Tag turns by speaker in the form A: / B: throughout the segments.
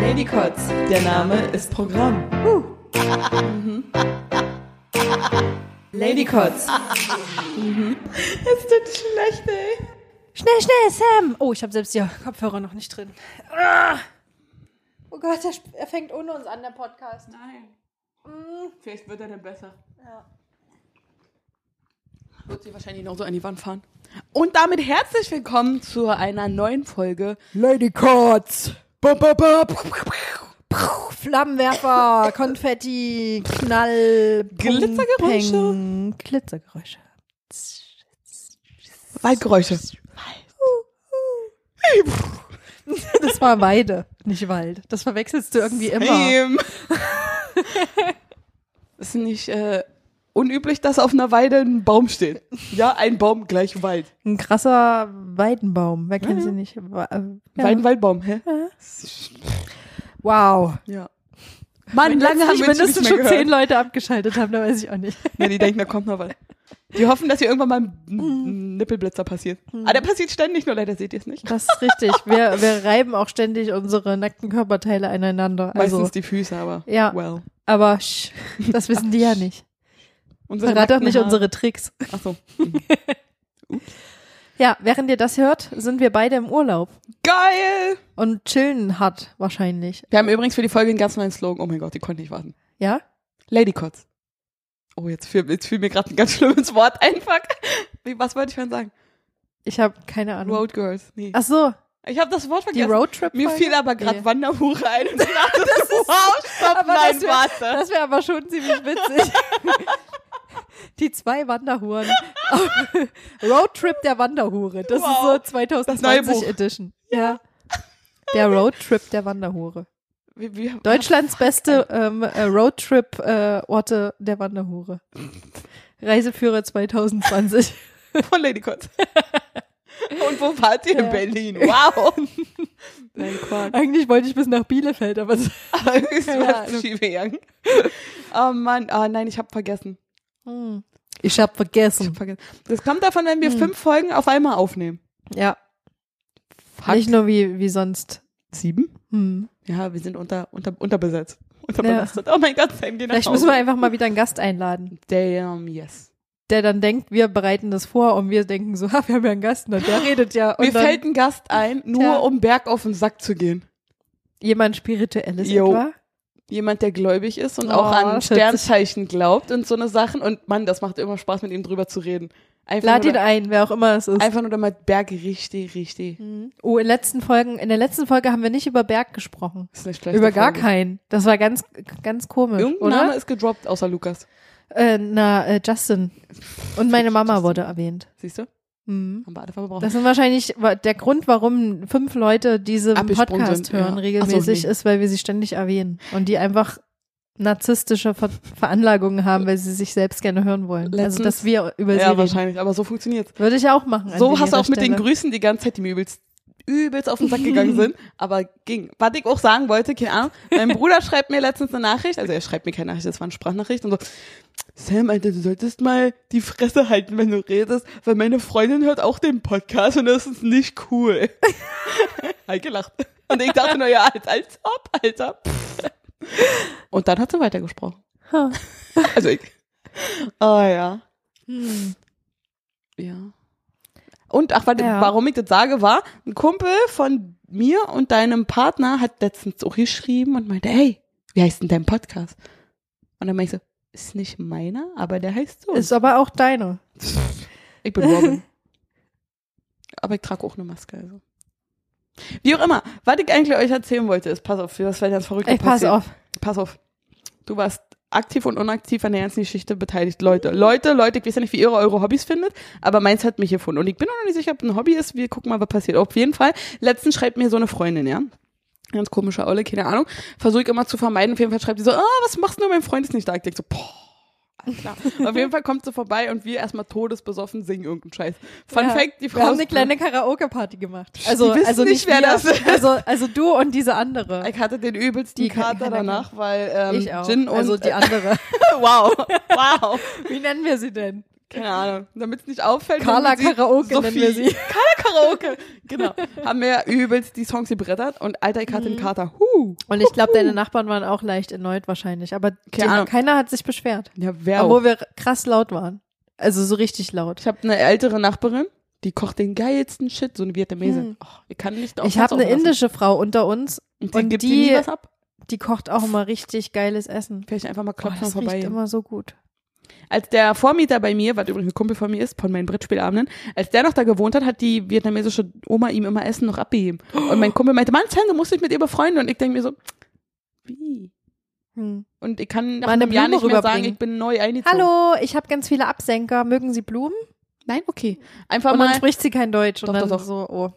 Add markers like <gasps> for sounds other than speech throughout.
A: Lady Kotz, der Name ist Programm. Lady Kotz.
B: Es tut schlecht, ey.
C: Schnell, schnell, Sam! Oh, ich habe selbst die Kopfhörer noch nicht drin. Ah!
B: Oh Gott, er, sp- er fängt ohne uns an, der Podcast.
A: Nein. Vielleicht wird er dann besser.
B: Ja.
A: Wird sie wahrscheinlich noch so an die Wand fahren. Und damit herzlich willkommen zu einer neuen Folge
C: Lady Kotz! Ba, ba, ba. Flammenwerfer, <laughs> Konfetti, Knall,
A: Glitzergeräusche.
C: Peng, Glitzergeräusche.
A: Waldgeräusche.
C: Das war Weide, nicht Wald. Das verwechselst du irgendwie immer.
A: Ähm. <laughs> ist nicht äh, unüblich, dass auf einer Weide ein Baum steht. Ja, ein Baum gleich Wald.
C: Ein krasser Weidenbaum. Wer kennt sie nicht? Wa- äh, ja.
A: Weiden, Waldbaum, hä?
C: Wow.
A: Ja. Mann, lange haben wir uns nicht
C: mindestens
A: mehr
C: schon
A: gehört.
C: zehn Leute abgeschaltet haben, da weiß ich auch nicht.
A: Ja, die denken, da kommt noch was. Die hoffen, dass hier irgendwann mal ein-
C: Mhm.
A: ein Nippelblitzer passiert. Aber der passiert ständig, nur leider seht ihr es nicht.
C: Das ist richtig. Wir, wir reiben auch ständig unsere nackten Körperteile aneinander. Also,
A: Meistens die Füße, aber
C: Ja.
A: well.
C: aber sch, das wissen die ja nicht.
A: Unsere
C: Verrat doch
A: nackten
C: nicht
A: Haare-
C: unsere Tricks.
A: Ach so. <laughs>
C: Ja, während ihr das hört, sind wir beide im Urlaub
A: Geil!
C: und chillen hart wahrscheinlich.
A: Wir haben übrigens für die Folge einen ganz neuen Slogan. Oh mein Gott, die konnte nicht warten.
C: Ja?
A: Lady Kotz. Oh, jetzt fiel, jetzt fiel mir gerade ein ganz schlimmes Wort einfach. Wie, was wollte ich vorhin sagen?
C: Ich habe keine Ahnung.
A: Road Girls. Nee.
C: Ach so,
A: Ich habe das Wort
C: die
A: vergessen.
C: Roadtrip.
A: Mir fiel aber gerade
C: Nee.
A: Wanderhure ein.
C: <laughs>
A: Und ich dachte, wow, stopp,
C: aber
A: nein,
C: das wär-
A: warte.
C: Das wäre aber schon
A: <laughs>
C: ziemlich witzig. Die zwei Wanderhuren. <laughs> Roadtrip der Wanderhure. Das
A: Wow.
C: ist so
A: Das neue Buch.
C: 2020 Edition. Ja. Der Roadtrip der Wanderhure.
A: Wie, wie,
C: Deutschlands beste ähm, äh, Roadtrip-Orte der Wanderhure.
A: <laughs>
C: Reiseführer 2020.
A: von Lady
C: <laughs>
A: Kotz. Und wo wart ihr? In
C: Ja.
A: Berlin.
C: <laughs>
A: Wow. Nein, Quark.
C: Eigentlich wollte ich bis nach Bielefeld,
A: <laughs>
C: aber es- <laughs>
A: Aber es war
C: Ahnung.
A: schiefgegangen. Oh Mann, ah nein, ich habe vergessen.
C: Hm. ich habe
A: Ich hab
C: vergessen.
A: vergessen. Das kommt davon, wenn wir
C: Hm.
A: fünf Folgen auf einmal aufnehmen.
C: Ja,
A: Fuck.
C: nicht nur wie, wie sonst.
A: sieben?
C: Hm.
A: Ja, wir sind unter, unter, unterbesetzt. Unterbelastet. Oh mein Gott, sein
C: Vielleicht müssen wir einfach mal wieder einen Gast einladen.
A: Damn, yes.
C: der dann denkt, wir bereiten das vor und wir denken so, <laughs> ha, wir haben ja einen Gast
A: <gasps>
C: und der redet ja und
A: Mir
C: dann
A: fällt ein Gast ein, nur
C: Tja.
A: um Berg auf den Sack zu gehen.
C: jemand Spirituelles
A: Jo.
C: etwa.
A: Jemand, der gläubig ist und
C: Oh,
A: auch an
C: das hört sich-
A: Sternzeichen glaubt und so eine Sachen. Und Mann, das macht immer Spaß, mit ihm drüber zu reden. Einfach
C: Lad
A: nur,
C: ihn ein, wer auch immer es ist.
A: Einfach nur damit Berg richtig, richtig.
C: Oh, in letzten Folgen, in der letzten Folge haben wir nicht über Berg gesprochen.
A: Ist eine schlechte
C: über gar
A: Folge.
C: keinen. Das war ganz, ganz komisch,
A: Irgendein Name
C: oder?
A: ist gedroppt, außer Lukas.
C: Äh, na, äh, Justin. Und meine Mama wurde erwähnt.
A: Siehst du?
C: Mhm.
A: Haben wir alle verbraucht.
C: Das sind wahrscheinlich wa- der Grund, warum fünf Leute diesen
A: Abgesprungen
C: Podcast
A: sind, ja.
C: hören
A: Ach so,
C: regelmäßig,
A: nee.
C: ist, weil wir sie ständig erwähnen und die einfach narzisstische Ver Veranlagungen haben, weil sie sich selbst gerne hören wollen. also
A: Letztens-
C: dass wir über
A: ja,
C: sie reden.
A: wahrscheinlich, aber so funktioniert's.
C: Würde ich auch machen. an
A: So
C: denen
A: hast du
C: ihrer
A: auch mit den
C: Stelle.
A: Grüßen die ganze Zeit, die mir übelst, übelst auf den Sack gegangen
C: <laughs>
A: sind, aber ging. Was ich auch sagen wollte, keine Ahnung, mein Bruder schreibt mir letztens eine Nachricht, also er schreibt mir keine Nachricht, das war eine Sprachnachricht und so, Sam, Alter, du solltest mal die Fresse halten, wenn du redest, weil meine Freundin hört auch den Podcast und das ist nicht cool. <laughs> Hab ich gelacht. Und ich dachte nur, ja, als, als ob, Alter. Und dann hat sie weitergesprochen.
C: Ha.
A: <laughs>
C: Oh,
A: Also ich. Ah ja.
C: Hm.
A: Ja. Und ach, warte,
C: Ja.
A: warum ich das sage, war, ein Kumpel von mir und deinem Partner hat letztens auch geschrieben und meinte, hey, wie heißt denn dein Podcast? Und dann meinte ich so, ist nicht meiner, aber der heißt so.
C: Ist aber auch deine.
A: <laughs> ich bin Robin. aber ich trage auch eine Maske, also. Wie auch immer, was ich eigentlich euch erzählen wollte, ist, pass auf, das war ganz verrückt.
C: Ey, pass auf.
A: Pass auf. Du warst aktiv und unaktiv an der ganzen Geschichte beteiligt. Leute, Leute, Leute, ich weiß ja nicht, wie ihr eure Hobbys findet, aber meins hat mich gefunden. Und ich bin auch noch nicht sicher, ob ein Hobby ist. Wir gucken mal, was passiert. Auf jeden Fall, letztens schreibt mir so eine Freundin, ja. Ganz komische Olle, keine Ahnung. Versuche ich immer zu vermeiden. Auf jeden Fall schreibt die so, ah, was machst du, mein Freund ist nicht da. Ich denk so, boah. alles Klar. Auf jeden Fall kommt sie vorbei und wir erstmal todesbesoffen singen irgendeinen Scheiß. Fun
C: Ja.
A: Fact, die Frau
C: wir haben
A: ist-
C: eine kleine Karaoke-Party gemacht. Also,
A: Die wissen
C: also
A: nicht,
C: nicht,
A: wer
C: wir.
A: das ist.
C: Also, also du und diese andere.
A: Ich hatte den übelsten
C: Die kann-
A: Kater
C: kann er
A: danach, weil ähm,
C: ich auch.
A: Gin und
C: also die andere.
A: <laughs> wow, wow.
C: Wie nennen wir sie denn?
A: Keine Ahnung. Damit es nicht auffällt.
C: Carla
A: haben wir sie-
C: Karaoke nennen wir sie.
A: <laughs> Carla Karaoke. Genau. <laughs> Haben wir übelst die Songs gebrettert und Alter, ich hatte
C: Mhm.
A: einen Kater. Huh.
C: Und ich glaube, deine Nachbarn waren auch leicht erneut wahrscheinlich. Aber die,
A: Ahnung.
C: keiner hat sich beschwert.
A: Ja, wer auch.
C: Obwohl wir krass laut waren. Also so richtig laut.
A: Ich habe eine ältere Nachbarin, die kocht den geilsten Shit, so eine Vietnamesin.
C: Hm.
A: Oh, ich kann nicht auf
C: Ich habe eine
A: offen lassen.
C: indische Frau unter uns,
A: Und die
C: und
A: gibt die,
C: die-
A: nie was ab.
C: die kocht auch immer richtig geiles Essen.
A: Vielleicht einfach mal
C: Oh,
A: klopfen
C: das
A: und vorbei.
C: riecht immer so gut.
A: Als der Vormieter bei mir, was übrigens ein Kumpel von mir ist, von meinen Brettspielabenden, als der noch da gewohnt hat, hat die vietnamesische Oma ihm immer Essen noch abgegeben. Und
C: <gasps>
A: mein Kumpel meinte, Mann, Sam, du musst dich mit ihr befreunden. Und ich denke mir so, wie?
C: Hm.
A: Und ich kann nach
C: Mal eine
A: einem Jahr
C: Blume
A: nicht mehr sagen,
C: rüberbringen.
A: ich bin neu eingezogen.
C: Hallo, ich habe ganz viele Absenker. Mögen Sie Blumen?
A: Nein, okay. Einfach
C: und dann
A: mal.
C: spricht sie kein Deutsch.
A: Doch,
C: und dann
A: doch, doch.
C: so, oh.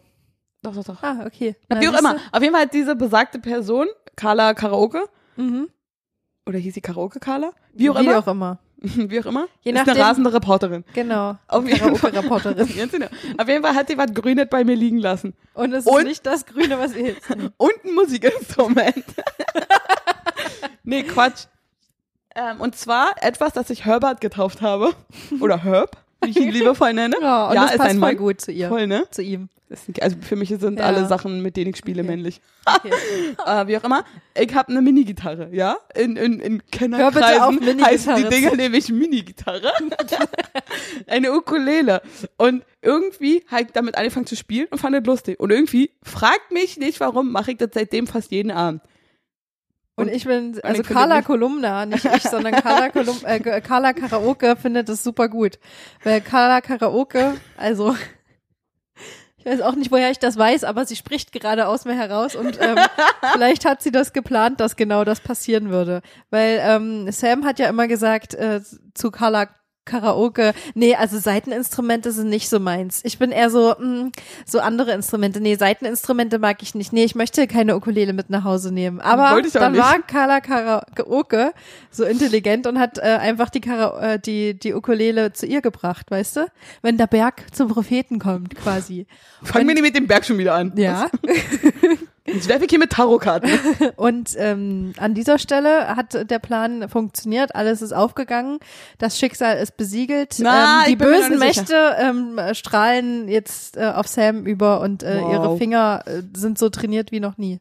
A: Doch, doch, doch.
C: Ah, okay.
A: Na,
C: Na,
A: wie auch
C: siehst
A: immer. Auf jeden Fall hat diese besagte Person, Carla Karaoke,
C: du? Mhm.
A: oder hieß sie Karaoke Carla? Wie auch immer. <laughs> wie auch immer.
C: Je
A: ist eine
C: nachdem-
A: rasende Reporterin. <laughs>
C: Genau.
A: Auf jeden Fall.
C: Karaoke-Reporterin.
A: Ganz genau. Auf jeden Fall hat sie was Grünes bei mir liegen lassen.
C: Und es
A: Und-
C: ist nicht das Grüne, was ihr <laughs> jetzt.
A: und ein Musikinstrument. <laughs> nee, Quatsch. Ähm, und zwar etwas, das ich Herbert getauft habe. Oder Herb, wie <laughs> ich ihn liebevoll nenne.
C: Ja, und das
A: ist
C: passt
A: ein
C: voll
A: Mann.
C: gut zu ihr.
A: Voll, ne?
C: <laughs>
A: <laughs>
C: Zu ihm.
A: Das sind, also für mich sind
C: Ja.
A: alle Sachen, mit denen ich spiele,
C: Okay.
A: männlich.
C: Okay.
A: Äh, wie auch immer. Ich habe eine Minigitarre, ja? In, in, in
C: Hör bitte auf,
A: Kennerkreisen
C: Minigitarre
A: heißen die
C: zu-
A: Dinger nämlich Minigitarre. <laughs> eine Ukulele. Und irgendwie habe ich damit angefangen zu spielen und fand es lustig. Und irgendwie, fragt mich nicht warum, mache ich das seitdem fast jeden Abend.
C: Und
A: Und-
C: ich bin, also
A: ich finde
C: Carla
A: mich-
C: Kolumna, nicht ich, <laughs> sondern Carla, Kolum äh, G- Carla Karaoke findet das super gut. Weil Carla Karaoke, also <laughs> ich weiß auch nicht, woher ich das weiß, aber sie spricht gerade aus mir heraus und ähm, vielleicht hat sie das geplant, dass genau das passieren würde. Weil ähm, Sam hat ja immer gesagt äh, zu Carla Karaoke, nee, also Seiteninstrumente sind nicht so meins. Ich bin eher so, mh, so andere Instrumente. Nee, Seiteninstrumente mag ich nicht. Nee, ich möchte keine Ukulele mit nach Hause nehmen. Aber
A: Wollte ich auch
C: dann
A: nicht.
C: war Carla Karaoke so intelligent und hat äh, einfach die, Kara äh, die, die Ukulele zu ihr gebracht, weißt du? Wenn der Berg zum Propheten kommt, quasi.
A: Fangen wir nicht mit dem Berg schon wieder an.
C: Ja.
A: Ich werfe hier mit Tarotkarten.
C: Und ähm, an dieser Stelle hat der Plan funktioniert, alles ist aufgegangen, das Schicksal ist besiegelt.
A: Na,
C: ähm, die
A: ich bin mir noch
C: bösen
A: nicht
C: Mächte ähm, strahlen jetzt äh, auf Sam über und äh,
A: Wow.
C: ihre Finger äh, sind so trainiert wie noch nie.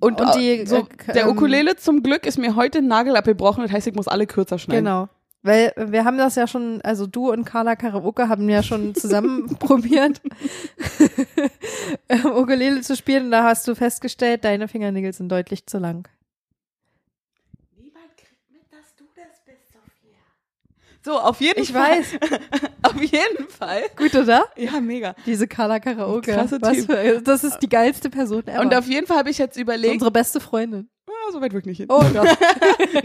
A: Und,
C: <laughs> Und die,
A: die, Ah, so,
C: äh,
A: der
C: ähm,
A: Ukulele zum Glück ist mir heute ein Nagel abgebrochen. Das heißt, ich muss alle kürzer schneiden.
C: Genau. Weil äh, wir haben das ja schon, also du und Carla Karaoke haben ja
A: <laughs>
C: schon zusammen probiert, <laughs> ähm, Ukulele zu spielen. Und da hast du festgestellt, deine Fingernägel sind deutlich zu lang.
A: So, auf jeden
C: Ich
A: Fall. <laughs>
C: weiß.
A: Auf jeden Fall.
C: <laughs> Gut, oder?
A: Ja, mega.
C: Diese Carla Karaoke.
A: Krasse
C: Was
A: Typ.
C: für, also das ist die geilste Person ever.
A: Und auf jeden Fall habe ich jetzt
C: Das ist
A: überlegt,
C: unsere beste Freundin.
A: ah, so weit wirklich nicht.
C: Oh Gott.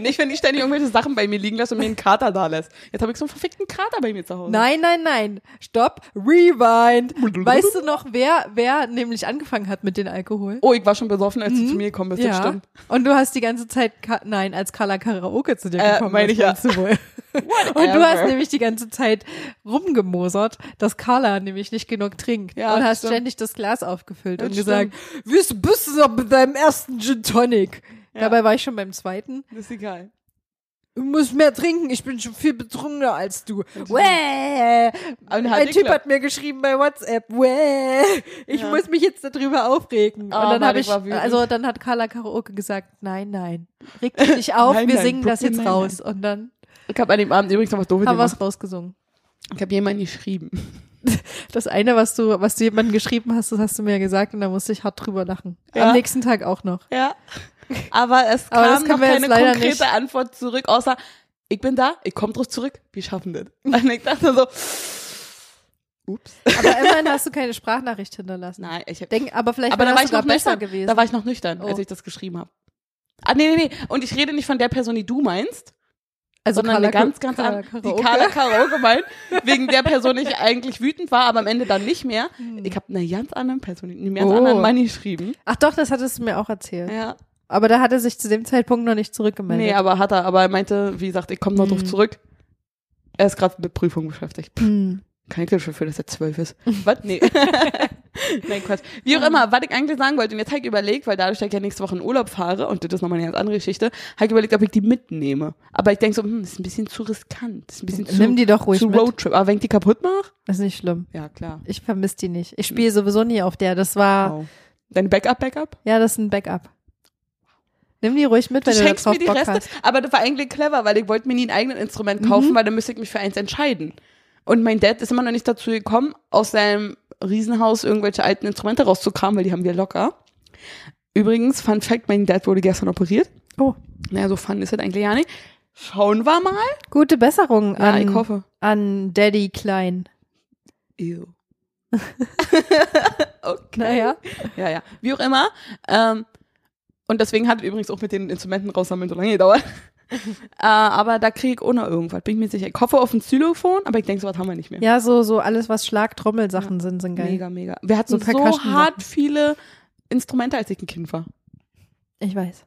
A: <laughs> Nicht, wenn ich ständig irgendwelche Sachen bei mir liegen lasse und mir einen Kater da lässt. Jetzt habe ich so einen verfickten Kater bei mir zu Hause.
C: nein, nein, nein. Stopp. Rewind. Weißt du noch, wer, wer nämlich angefangen hat mit dem Alkohol?
A: Oh, ich war schon besoffen, als du zu mir gekommen bist. Das stimmt.
C: Und du hast die ganze Zeit, Ka nein, als Carla Karaoke zu dir
A: Äh,
C: gekommen
A: meine
C: ist,
A: ich ja.
C: meinst du wohl. Und du
A: <laughs>
C: hast
A: Whatever.
C: nämlich die ganze Zeit rumgemosert, dass Carla nämlich nicht genug trinkt.
A: Ja,
C: und hast
A: stimmt.
C: ständig das Glas aufgefüllt
A: Das
C: und
A: stimmt.
C: gesagt, wieso bist du da mit deinem ersten Gin Tonic?
A: Ja.
C: Dabei war ich schon beim zweiten.
A: Ist egal.
C: Du musst mehr trinken, ich bin schon viel betrunkener als du. Wäh.
A: Und hat
C: Ein Typ
A: geklappt.
C: hat mir geschrieben bei WhatsApp, Wäh. ich
A: Ja.
C: muss mich jetzt darüber aufregen.
A: Ah,
C: Und dann
A: Mann,
C: habe
A: ich
C: ich,
A: war wütend.
C: also dann hat Carla Karaoke gesagt, nein, nein, reg
A: <laughs>
C: dich nicht auf,
A: Nein,
C: wir
A: nein,
C: singen das
A: Brooklyn,
C: jetzt
A: nein,
C: raus. Und dann
A: Ich habe an dem Abend übrigens noch was Doofes
C: haben wir
A: gemacht.
C: es rausgesungen.
A: Ich habe jemanden geschrieben.
C: Das eine, was du, was du jemandem geschrieben hast, das hast du mir gesagt und da musste ich hart drüber lachen.
A: Ja.
C: Am nächsten Tag
A: <laughs>
C: auch noch.
A: Ja. Aber es
C: Aber das
A: kam noch
C: können wir jetzt
A: keine
C: leider
A: konkrete
C: nicht.
A: Antwort zurück, außer ich bin da, ich komme drauf zurück, wir schaffen das. <laughs> Und ich dachte so, ups.
C: Aber immerhin hast du keine Sprachnachricht hinterlassen.
A: Nein, ich hab,
C: Denk, aber vielleicht
A: aber da
C: wäre das
A: war ich
C: sogar
A: noch
C: besser
A: nüchtern.
C: gewesen.
A: Da war ich noch nüchtern, als
C: Oh.
A: ich das geschrieben habe. Ah, nee, nee, nee. Und ich rede nicht von der Person, die du meinst,
C: also
A: sondern eine
C: Carla-
A: ganz, ganz
C: Carla
A: andere. Die
C: Karaoke.
A: Carla
C: <laughs>
A: Karaoke meint, wegen der Person ich eigentlich wütend war, aber am Ende dann nicht mehr.
C: Hm.
A: Ich habe einer ganz anderen Person, einem ganz
C: Oh. Äh,
A: anderen Mann geschrieben.
C: Ach doch, das hattest du mir auch erzählt.
A: Ja.
C: Aber da hat er sich zu dem Zeitpunkt noch nicht zurückgemeldet.
A: Nee, aber hat er. Aber er meinte, wie gesagt, ich komme noch drauf
C: Hm.
A: zurück. Er ist gerade mit Prüfung beschäftigt.
C: Hm.
A: Kann ich dir schon für, dass er zwölf
C: <laughs>
A: ist? Was? Nee. <laughs> Nein, Quatsch. Wie auch
C: Ähm.
A: immer, was ich eigentlich sagen wollte, und jetzt habe ich überlegt, weil dadurch, dass ich ja nächste Woche in Urlaub fahre, und das ist nochmal eine ganz andere Geschichte, habe ich überlegt, ob ich die mitnehme. Aber ich denke so, hm, ist ein bisschen zu riskant. Ist ein bisschen zu,
C: Nimm die doch ruhig
A: zu
C: mit.
A: Roadtrip. Aber wenn ich die kaputt mache?
C: Ist nicht schlimm.
A: Ja, klar.
C: Ich vermisse die nicht. Ich spiele sowieso nie auf der. Das war,
A: Hm. Wow. Dein Backup, Backup?
C: ja, das ist ein Backup. Nimm die ruhig mit,
A: Du
C: wenn du,
A: schenkst
C: da
A: mir
C: drauf
A: die
C: Bock
A: Reste,
C: hast. Mhm.
A: aber das war eigentlich clever, weil ich wollte mir nie ein eigenes Instrument kaufen, weil dann müsste ich mich für eins entscheiden. Und mein Dad ist immer noch nicht dazu gekommen, aus seinem Riesenhaus irgendwelche alten Instrumente rauszukramen, weil die haben wir locker. Übrigens, Fun Fact, mein Dad wurde gestern operiert.
C: Oh.
A: Naja, so fun ist das eigentlich ja nicht. Schauen wir mal.
C: Gute Besserung
A: Ja, ich
C: an,
A: hoffe.
C: an Daddy Klein. <laughs>
A: Ew. <laughs> okay.
C: Naja.
A: Ja, ja. Wie auch immer. Ähm, und deswegen hat übrigens auch mit den Instrumenten raussammeln so lange
C: <laughs>
A: gedauert. äh, aber da krieg ich ohne irgendwas, bin ich mir sicher. Ich hoffe auf ein Xylophon, aber ich denke, sowas haben wir nicht mehr.
C: Ja, so, so alles, was Schlag-Trommelsachen sind, sind geil.
A: mega, mega. Wir hatten
C: So
A: so,
C: Percussion-Sachen.
A: hart viele Instrumente, als ich ein Kind war.
C: Ich weiß.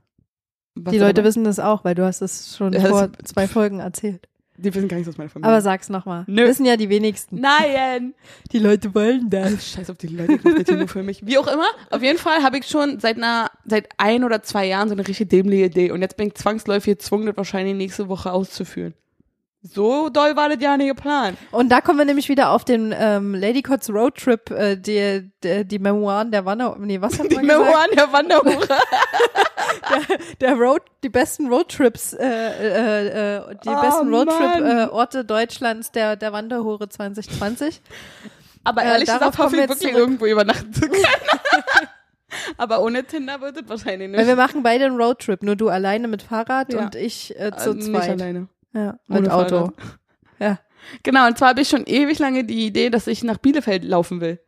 A: Was
C: die
A: aber-
C: Leute wissen das auch, weil du hast es schon
A: Ja, das-
C: vor zwei Folgen erzählt.
A: Die wissen gar nichts aus meiner Familie.
C: Aber sag's nochmal.
A: Nö.
C: Wissen ja die wenigsten. <laughs>
A: Nein!
C: Die Leute wollen das.
A: Scheiß auf die Leute, ich mach das hier nur für mich. Wie auch immer, auf jeden Fall habe ich schon seit einer, seit ein oder zwei Jahren so eine richtig dämliche Idee und jetzt bin ich zwangsläufig gezwungen, das wahrscheinlich nächste Woche auszuführen. So doll war das ja nicht geplant.
C: Und da kommen wir nämlich wieder auf den ähm, Lady Cots Road Trip, äh, die, die, die Memoiren der Wander, nee, was hat
A: Die
C: man gesagt?
A: Memoiren der
C: <laughs>
A: Wanderhure.
C: Der Road, die besten Roadtrips, äh, äh, äh, die
A: Oh,
C: besten
A: Mann.
C: Roadtrip-Orte Deutschlands der, der Wanderhure
A: <laughs>
C: 2020.
A: Aber
C: Äh,
A: ehrlich
C: darauf
A: gesagt hoffe
C: kommen wir
A: ich
C: jetzt
A: wirklich
C: zurück.
A: irgendwo übernachten
C: <laughs>
A: zu können. Aber ohne Tinder wird das wahrscheinlich
C: Weil
A: nicht.
C: wir machen beide einen Roadtrip, nur du alleine mit Fahrrad
A: Ja.
C: und ich äh,
A: Äh,
C: zu
A: nicht
C: zweit.
A: alleine.
C: Ja,
A: Ohne
C: mit Auto.
A: Fahrrad.
C: <laughs> Ja.
A: Genau, und zwar habe ich schon ewig lange die Idee, dass ich nach Bielefeld laufen will.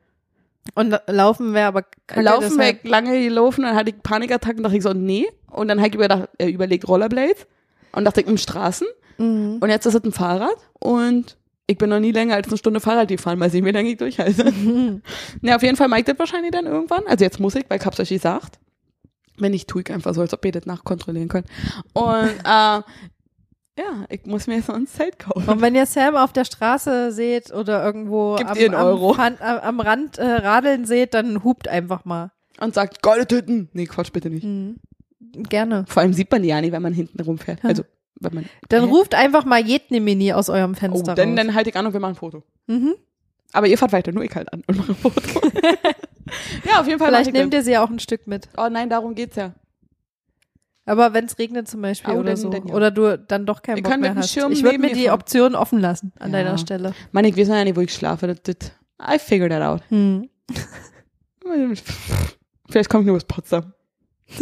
C: Und laufen wäre aber kacke,
A: laufen
C: deshalb-
A: weg, lange gelaufen, dann hatte ich Panikattacken, dachte ich so, nee. Und dann habe ich überdacht, äh, überlegt Rollerblades und dachte ich, im Straßen.
C: Mhm.
A: Und jetzt ist es ein Fahrrad und ich bin noch nie länger als eine Stunde Fahrrad gefahren, mal sehen, wie lange ich durchhalte.
C: <laughs>
A: Na, auf jeden Fall mache ich das wahrscheinlich dann irgendwann. Also jetzt muss ich, weil ich hab's euch gesagt. Wenn nicht, tue ich einfach so, als ob ihr das nachkontrollieren könnt.
C: <laughs>
A: Und äh, ja, ich muss mir jetzt noch ein Zelt kaufen.
C: Und wenn ihr Sam auf der Straße seht oder irgendwo
A: Gebt
C: am,
A: ihr einen Euro.
C: Am, Fan- am, am Rand äh, radeln seht, dann hupt einfach mal.
A: Und sagt, geile Tüten. Nee, Quatsch, bitte nicht.
C: Hm. Gerne.
A: Vor allem sieht man die ja nicht, wenn man hinten rumfährt. Also, wenn man
C: Dann
A: Hä?
C: ruft einfach mal Jednemini aus eurem
A: Oh,
C: Fenster
A: dann,
C: raus.
A: dann halte ich an und wir machen ein Foto.
C: Mhm.
A: Aber ihr fahrt weiter, nur ich halt an und mache ein Foto.
C: <laughs>
A: ja, auf jeden Fall.
C: Vielleicht
A: mache ich
C: nehmt ihr sie ja auch ein Stück mit.
A: das. Oh nein, darum geht's ja.
C: Aber wenn es regnet zum Beispiel
A: Oh,
C: oder
A: dann-
C: so.
A: dann ja.
C: Oder du dann doch keinen
A: Ihr
C: Bock
A: könnt
C: mehr
A: mit dem
C: hast.
A: Schirm
C: ich würde
A: neben
C: mir
A: mir
C: die
A: fahren.
C: Option offen lassen an
A: Ja.
C: deiner Stelle.
A: Mann, ich weiß noch ja nicht, wo ich schlafe. Das, das, I figured it out. <laughs>
C: Hm.
A: Vielleicht komme ich nur bis Potsdam. <laughs>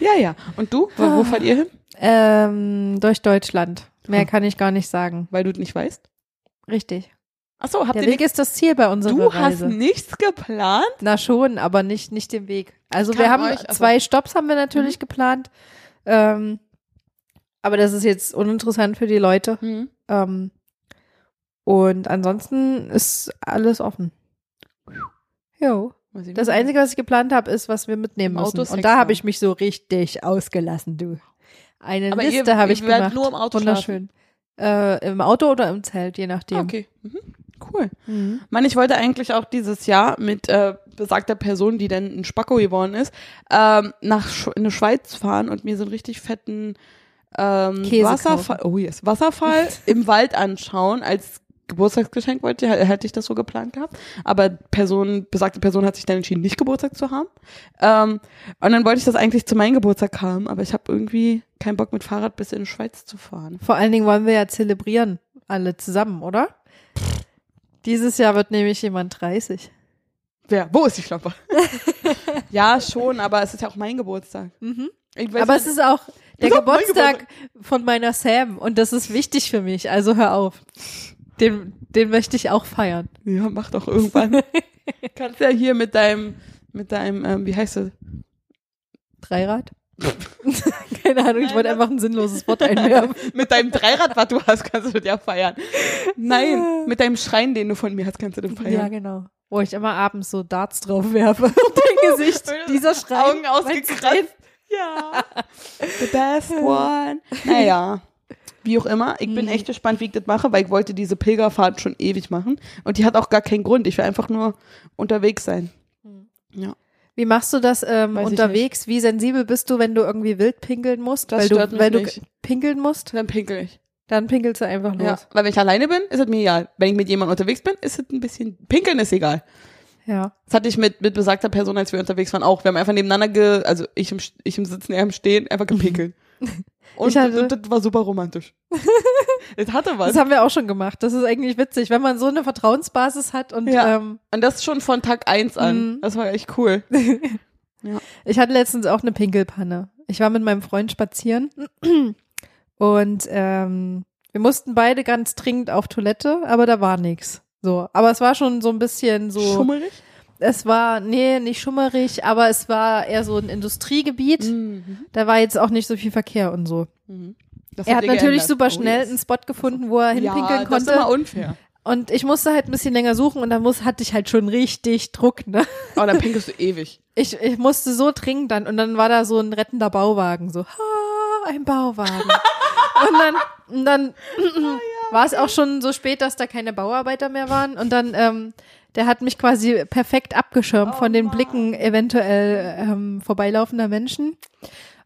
A: ja, ja. Und du? Wo,
C: Ah.
A: wo fahrt ihr hin?
C: Ähm, durch Deutschland. Mehr
A: Hm.
C: kann ich gar nicht sagen.
A: Weil du es nicht weißt.
C: Richtig.
A: Ach so, habt
C: Der
A: ihr
C: Weg
A: nicht,
C: ist das Ziel bei unserer
A: Du hast
C: Reise.
A: nichts geplant?
C: Na schon, aber nicht, nicht den Weg. Also
A: kann
C: wir haben
A: euch- also- Mhm.
C: zwei Stops haben wir natürlich geplant. Ähm, aber das ist jetzt uninteressant für die Leute. Ähm, und ansonsten ist alles offen. Jo.
A: Weiß ich
C: Das
A: nicht.
C: Einzige, was ich geplant habe, ist, was wir mitnehmen
A: Im Auto
C: müssen. Und
A: Sex
C: da
A: haben.
C: habe ich mich so richtig ausgelassen, du. Eine
A: Aber ihr-
C: Liste habe
A: ihr
C: ich
A: werdet
C: gemacht.
A: nur im Auto
C: Wunderschön. Äh, Im Auto oder im Zelt, je nachdem.
A: Ah, Okay. Mhm. Cool.
C: Mhm.
A: Mann, ich wollte eigentlich auch dieses Jahr mit äh, besagter Person, die dann ein Spacko geworden ist, ähm, nach Sch in die Schweiz fahren und mir so einen richtig fetten ähm,
C: Käse
A: Wasserfall, oh yes, Wasserfall im Wald anschauen. Als Geburtstagsgeschenk wollte ich- hätte ich das so geplant gehabt. Aber Person, besagte Person hat sich dann entschieden, nicht Geburtstag zu haben. Ähm, und dann wollte ich das eigentlich zu meinem Geburtstag haben, aber ich habe irgendwie keinen Bock mit Fahrrad bis in die Schweiz zu fahren.
C: Vor allen Dingen wollen wir ja zelebrieren, alle zusammen, oder? Dieses Jahr wird nämlich jemand 30.
A: Wer? Wo ist die
C: <laughs>
A: Schlampe? ja, schon, aber es ist ja auch mein Geburtstag. Ich weiß
C: Mhm. Aber
A: nicht-
C: es ist auch der
A: Ist auch mein
C: Geburtstag von meiner Sam und das ist wichtig für mich, also hör auf. Den, den möchte ich auch feiern.
A: Ja, mach doch
C: <laughs>
A: irgendwann. Kannst ja hier mit deinem, mit deinem, ähm, wie heißt das?
C: Dreirad? <laughs> Keine Ahnung, ich wollte einfach ein sinnloses Wort einwerfen.
A: <laughs> Mit deinem Dreirad, was du hast, kannst du das ja feiern. Nein, mit deinem Schrein, den du von mir hast, kannst du den
C: Ja,
A: feiern.
C: genau. Wo ich immer abends so Darts drauf werfe. <laughs> Auf
A: <laughs>
C: dein Gesicht. Dieser Schrei.
A: Augen
C: <laughs>
A: ausgekratzt. Ja. The best one. Naja. wie auch immer. Ich
C: Mhm.
A: bin echt gespannt, wie ich das mache, weil ich wollte diese Pilgerfahrt schon ewig machen. Und die hat auch gar keinen Grund. Ich will einfach nur unterwegs sein. Ja.
C: Wie machst du das ähm,
A: Weiß ich
C: unterwegs? Wie sensibel bist du, wenn du irgendwie wild pinkeln musst?
A: Das
C: weil
A: stört
C: du,
A: mich
C: weil du
A: nicht.
C: pinkeln musst,
A: Dann pinkel ich.
C: dann pinkelst du einfach
A: Ja.
C: los.
A: Weil wenn ich alleine bin, ist es mir egal. Wenn ich mit jemandem unterwegs bin, ist es ein bisschen, pinkeln ist egal.
C: Ja.
A: Das hatte ich mit, mit besagter Person, als wir unterwegs waren, auch. Wir haben einfach nebeneinander, ge, also ich im, Sch- ich im Sitzen, er im Stehen, einfach
C: <laughs>
A: gepinkelt. Und
C: Ich hatte-
A: das, das war super
C: <laughs>
A: romantisch. Es hatte was.
C: Das haben wir auch schon gemacht. Das ist eigentlich witzig, wenn man so eine Vertrauensbasis hat und
A: Ja.
C: ähm,
A: Und das schon von Tag eins an.
C: Mhm.
A: Das war echt cool.
C: Ich hatte letztens auch eine Pinkelpanne. Ich war mit meinem Freund spazieren <clears throat> und ähm, wir mussten beide ganz dringend auf Toilette, aber da war nichts. So, aber es war schon so ein bisschen so.
A: Schummerig?
C: Es war nee, nicht schummerig, aber es war eher so ein Industriegebiet.
A: Mhm.
C: Da war jetzt auch nicht so viel Verkehr und so.
A: Mhm. Das
C: er hat
A: ihr
C: natürlich
A: geändert. Oh,
C: super schnell einen Spot gefunden, wo er
A: ja,
C: hinpinkeln
A: Das ist immer
C: konnte.
A: unfair.
C: Und ich musste halt ein bisschen länger suchen und da muss, hatte ich halt schon richtig Druck, ne?
A: Aber dann pinkelst du
C: <laughs>
A: ewig.
C: Ich, ich musste so dringend dann und dann war da so ein rettender Bauwagen, so, ha, ein Bauwagen. und dann, und dann war es auch schon so spät, dass da keine Bauarbeiter mehr waren und dann, ähm, der hat mich quasi perfekt abgeschirmt von den Blicken eventuell ähm, vorbeilaufender Menschen.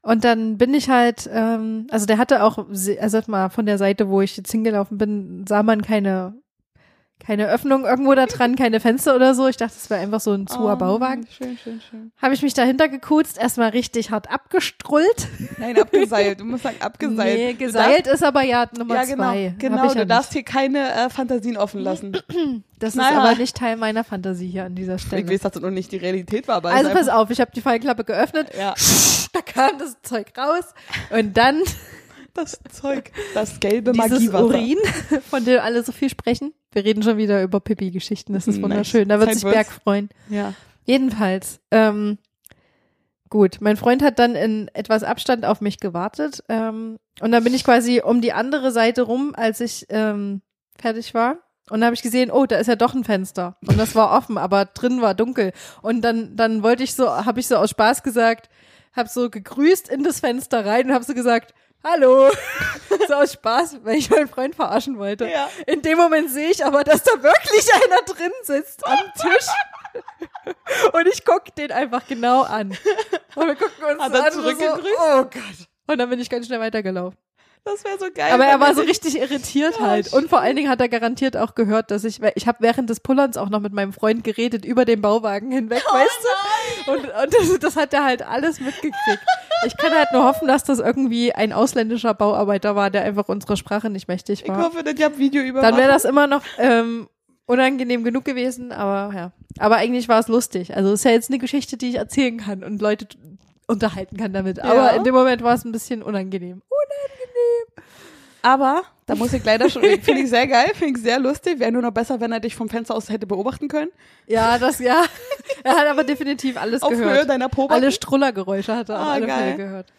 C: Und dann bin ich halt, ähm, also der hatte auch, se- also sag mal, von der Seite, wo ich jetzt hingelaufen bin, sah man keine, keine Öffnung irgendwo da dran, keine Fenster oder so. Ich dachte, es wäre einfach so ein zuer
A: Oh,
C: Bauwagen
A: Schön, schön, schön.
C: habe ich mich dahinter gekutzt, erstmal richtig
A: <laughs>
C: hart abgestrullt.
A: Nein, abgeseilt. Du musst sagen, abgeseilt.
C: Nee,
A: Du
C: geseilt ist aber ja Nummer
A: darfst, ja, genau.
C: zwei. Hab
A: Genau,
C: ich ja
A: du darfst hier keine äh, Fantasien offen
C: <laughs>
A: lassen.
C: Nicht. Das ist
A: Naja.
C: aber nicht Teil meiner Fantasie hier an dieser
A: Ich
C: Stelle.
A: weiß, dass das noch nicht die Realität war, aber
C: Also
A: es ist
C: pass auf, ich habe die Fallklappe geöffnet,
A: einfach- ja,
C: da kam das Zeug raus
A: <laughs>
C: und dann
A: das Zeug, das gelbe
C: dieses
A: Magiewasser.
C: Urin, von dem alle so viel sprechen. Wir reden schon wieder über Pipi-Geschichten, das ist
A: Nice.
C: wunderschön, da wird
A: Zeit
C: sich
A: wird's.
C: Berg freuen.
A: Ja.
C: Jedenfalls, ähm, gut, mein Freund hat dann in etwas Abstand auf mich gewartet ähm, und dann bin ich quasi um die andere Seite rum, als ich ähm, fertig war. Und dann habe ich gesehen, oh, da ist ja doch ein Fenster. Und das war offen, aber drin war dunkel. Und dann, dann wollte ich so, habe ich so aus Spaß gesagt, habe so gegrüßt in das Fenster rein und habe so gesagt, hallo. <laughs> so aus Spaß, weil ich meinen Freund verarschen wollte.
A: Ja.
C: In dem Moment sehe ich aber, dass da wirklich einer drin sitzt am Tisch. und ich gucke den einfach genau an. Und wir gucken uns
A: Hat er
C: an und so,
A: zurückgegrüßt?
C: Oh Gott. Und dann bin ich ganz schnell weitergelaufen.
A: Das wäre so geil.
C: Aber er
A: wenn
C: war
A: er
C: so
A: nicht-
C: richtig irritiert
A: Ja,
C: halt. Und vor allen Dingen hat er garantiert auch gehört, dass ich, weil ich habe während des Pullerns auch noch mit meinem Freund geredet über den Bauwagen hinweg,
A: Oh
C: weißt du? Und, und das, das hat er halt alles mitgekriegt. Ich kann halt nur hoffen, dass das irgendwie ein ausländischer Bauarbeiter war, der einfach unserer Sprache nicht mächtig <laughs>
A: Ich
C: war.
A: hoffe, dass ihr habt Video über.
C: Dann wäre das immer noch ähm, unangenehm genug gewesen, aber ja. Aber eigentlich war es lustig. Also ist ja jetzt eine Geschichte, die ich erzählen kann und Leute t- unterhalten kann damit. Aber
A: Ja.
C: in dem Moment war es ein bisschen unangenehm.
A: Aber da muss ich leider
C: <laughs>
A: schon. Finde ich sehr geil, finde ich sehr lustig. Wäre nur noch besser, wenn er dich vom Fenster aus hätte beobachten können.
C: Ja, das, ja. <laughs> Er hat aber definitiv alles
A: Auf Höhe
C: gehört.
A: deiner Probe.
C: alle Strullergeräusche hat er auf
A: Ah,
C: alle
A: geil.
C: Fälle gehört.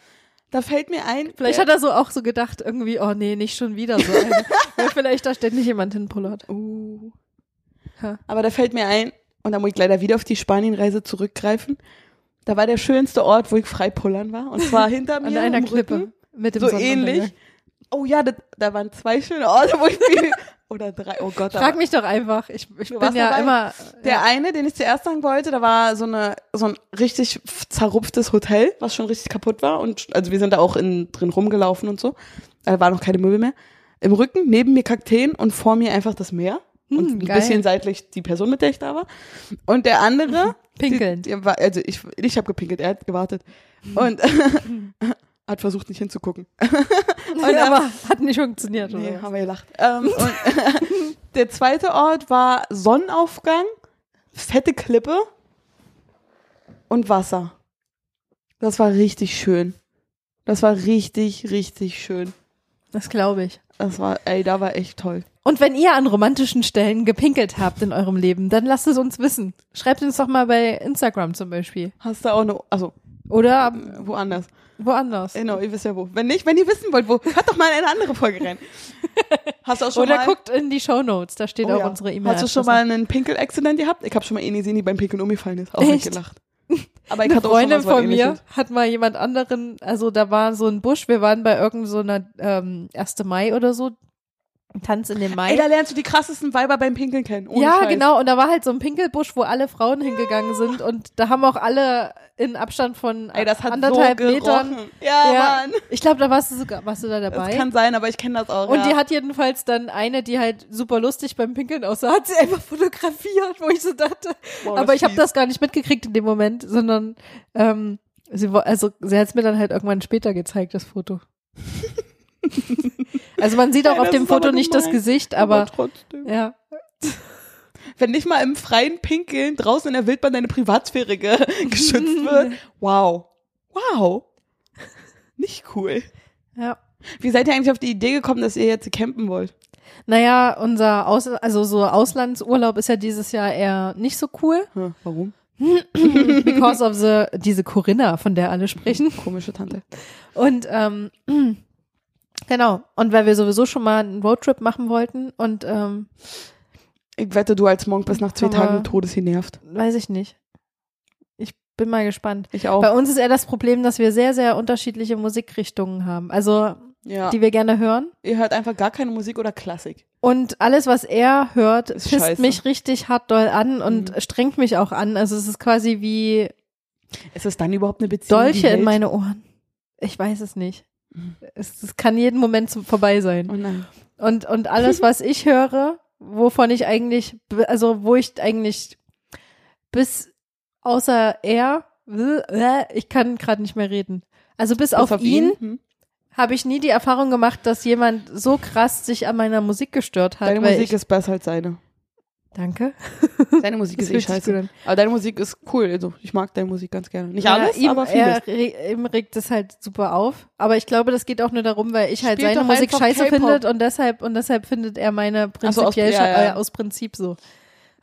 A: Da fällt mir ein. äh,
C: Vielleicht
A: der-
C: hat er so auch so gedacht, irgendwie, oh nee, nicht schon wieder
A: <laughs>
C: so eine. Weil vielleicht da ständig jemand hinpullert.
A: Uh.
C: Ha.
A: Aber da fällt mir ein, und da muss ich leider wieder auf die Spanienreise zurückgreifen. Da war der schönste Ort, wo ich freipullern war. Und
C: <laughs>
A: zwar hinter mir.
C: An einer
A: am
C: Klippe.
A: Rücken,
C: Mit dem
A: so
C: Sonnenuntergang.
A: ähnlich. Oh ja, da, da waren zwei schöne Orte, wo ich bin. <laughs> Oder drei. Oh Gott, da war-
C: Frag mich doch einfach. Ich, ich
A: Du
C: bin
A: warst
C: ja
A: dabei. <laughs>
C: immer.
A: Der eine, den ich zuerst sagen wollte, da war so eine so ein richtig f- zerrupftes Hotel, was schon richtig kaputt war und sch- also wir sind da auch in, drin rumgelaufen und so. Da waren noch keine Möbel mehr. Im Rücken neben mir Kakteen und vor mir einfach das Meer und
C: Hm,
A: ein
C: geil.
A: bisschen seitlich die Person, mit der ich da war. Und der
C: Mhm.
A: andere
C: Pinkeln.
A: Die, die war, also ich ich habe gepinkelt, er hat gewartet
C: Mhm.
A: und <laughs>
C: <laughs>
A: hat versucht nicht hinzugucken. <laughs>
C: und aber hat nicht funktioniert.
A: Nee,
C: oder?
A: haben wir gelacht. Ähm, und <laughs> der zweite Ort war Sonnenaufgang, fette Klippe und Wasser. Das war richtig schön. Das war richtig, richtig schön.
C: Das glaube ich.
A: Das war, ey, da war echt toll.
C: Und wenn ihr an romantischen Stellen gepinkelt habt in eurem Leben, dann lasst es uns wissen. Schreibt uns doch mal bei Instagram zum Beispiel.
A: Hast du auch eine, also
C: Oder
A: woanders.
C: woanders.
A: Genau, ihr wisst ja wo. Wenn nicht, wenn ihr wissen wollt, wo, hört doch mal in eine andere Folge rein. Hast du auch schon
C: Oder
A: mal,
C: guckt in die Shownotes, da steht
A: Oh
C: auch
A: ja.
C: unsere E-Mail.
A: Hast du schon mal einen Pinkel-Accident gehabt? Ich habe schon mal eine gesehen, die beim Pinkeln umgefallen ist. Auch
C: Echt?
A: nicht gelacht. Aber ich
C: Eine
A: hatte auch schon
C: Freundin
A: was
C: von mir
A: Ähnliches.
C: hat mal jemand anderen, also da war so ein Busch, wir waren bei irgendeiner so einer, ähm, 1. Mai oder so, Tanz in den Mai.
A: Ey, da lernst du die krassesten Weiber beim Pinkeln kennen. Ohne
C: ja,
A: Scheiß.
C: genau, und da war halt so ein Pinkelbusch, wo alle Frauen hingegangen sind und da haben auch alle in Abstand von
A: Ey, das hat
C: anderthalb
A: so gerochen.
C: Metern.
A: Ja,
C: ja,
A: Mann.
C: ich glaube, da warst du sogar, warst du da
A: Das
C: dabei?
A: kann sein, aber ich kenne das auch.
C: Und
A: ja.
C: die hat jedenfalls dann eine, die halt super lustig beim Pinkeln aussah, hat sie einfach <laughs> fotografiert, wo ich so dachte.
A: Boah, das
C: Aber ich habe
A: fies.
C: das gar nicht mitgekriegt in dem Moment, sondern ähm, sie, wo- also, sie hat es mir dann halt irgendwann später gezeigt,
A: <laughs>
C: das Foto. also man sieht auch
A: Nein,
C: auf
A: das
C: dem
A: ist aber
C: Foto nicht das
A: gemein. Oh
C: Gesicht, aber
A: trotzdem.
C: ja.
A: Wenn nicht mal im freien Pinkeln draußen in der Wildbahn deine Privatsphäre ge
C: <laughs>
A: geschützt wird. Wow. Wow. Nicht cool.
C: ja.
A: Wie seid ihr eigentlich auf die Idee gekommen, dass ihr jetzt campen wollt?
C: Naja, unser Aus also so Auslandsurlaub ist ja dieses Jahr eher nicht so
A: <laughs>
C: cool,
A: Hm, warum?
C: because of the diese Corinna, von der alle sprechen.
A: Komische Tante.
C: Und ähm, <clears throat> genau. Und weil wir sowieso schon mal einen Roadtrip machen wollten und ähm,
A: Ich wette, du als Monk bist nach zwei
C: Aber-
A: Tagen todes genervt.
C: weiß ich nicht. Ich bin mal gespannt.
A: Ich auch.
C: Bei uns ist eher das Problem, dass wir sehr, sehr unterschiedliche Musikrichtungen haben. Also,
A: Ja.
C: die wir gerne hören.
A: Ihr hört einfach gar keine Musik oder Klassik.
C: Und alles, was er hört,
A: Ist
C: pisst
A: scheiße.
C: mich richtig hart doll an und
A: Mhm.
C: strengt mich auch an. Also es ist quasi wie
A: Ist das dann überhaupt eine Beziehung? die
C: Dolche
A: hält?
C: in meine Ohren. Ich weiß es nicht.
A: Mhm.
C: Es, es kann jeden Moment zum, vorbei sein.
A: Oh nein.
C: Und, und alles, was ich höre, wovon ich eigentlich, be- also wo ich eigentlich bis außer er, äh, ich kann gerade nicht mehr reden. Also bis, auf,
A: Bis
C: ihn,
A: Hm?
C: habe ich nie die Erfahrung gemacht, dass jemand so krass sich an meiner Musik gestört hat.
A: Deine
C: weil
A: Musik
C: ich,
A: ist besser als seine.
C: <laughs> danke.
A: Deine Musik
C: Das
A: ist eh
C: fühlt sich gut
A: scheiße.
C: an.
A: Aber deine Musik ist cool. Also ich mag deine Musik ganz gerne. Nicht alles,
C: ja, ihm,
A: aber vieles.
C: Er, re- ihm regt es halt super auf. Aber ich glaube, das geht auch nur darum, weil ich halt
A: Spielt
C: seine
A: doch
C: Musik
A: einfach
C: scheiße
A: K-Pop.
C: findet und deshalb und deshalb findet er meine
A: Ach so,
C: prinzipiell
A: aus- ja,
C: sche-
A: ja.
C: Äh, aus Prinzip so.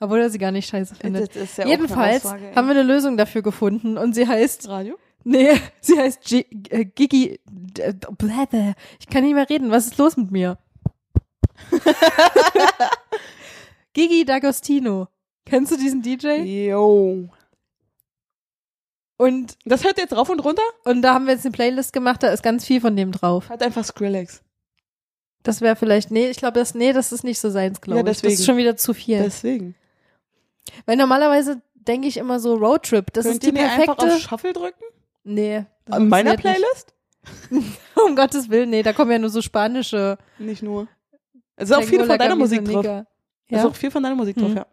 C: Obwohl er sie gar nicht scheiße findet.
A: Das ist ja auch eine
C: Jedenfalls
A: Aussage, ey.
C: haben wir eine Lösung dafür gefunden und sie heißt,
A: Radio?
C: nee, <laughs> sie heißt G äh, Gigi, äh, bläh, ich kann nicht mehr reden, was ist los mit mir? <laughs> Gigi D'Agostino. Kennst du diesen DJ?
A: Yo.
C: Und,
A: Das hört jetzt rauf und runter?
C: und da haben wir jetzt eine Playlist gemacht, da ist ganz viel von dem drauf.
A: Hat einfach Skrillex.
C: Das wäre vielleicht, nee, ich glaube, das, nee, das ist nicht so seins, glaube
A: Ja,
C: ich. Das
A: deswegen.
C: ist schon wieder zu viel.
A: Deswegen.
C: Weil normalerweise denke ich immer so Roadtrip, das
A: Könnt
C: ist
A: ihr
C: die
A: mir einfach auf
C: perfekte.
A: Shuffle drücken?
C: Nee. das
A: In meiner
C: funktioniert nicht.
A: Playlist?
C: <laughs> Um Gottes Willen, nee, da kommen ja nur so spanische.
A: Nicht, nur. Es ist auch viel von
C: Tango
A: deiner
C: Lagavisa
A: Musik drauf. Also
C: Nigra.
A: Es ist
C: Ja?
A: auch viel von deiner Musik drauf,
C: Hm.
A: ja.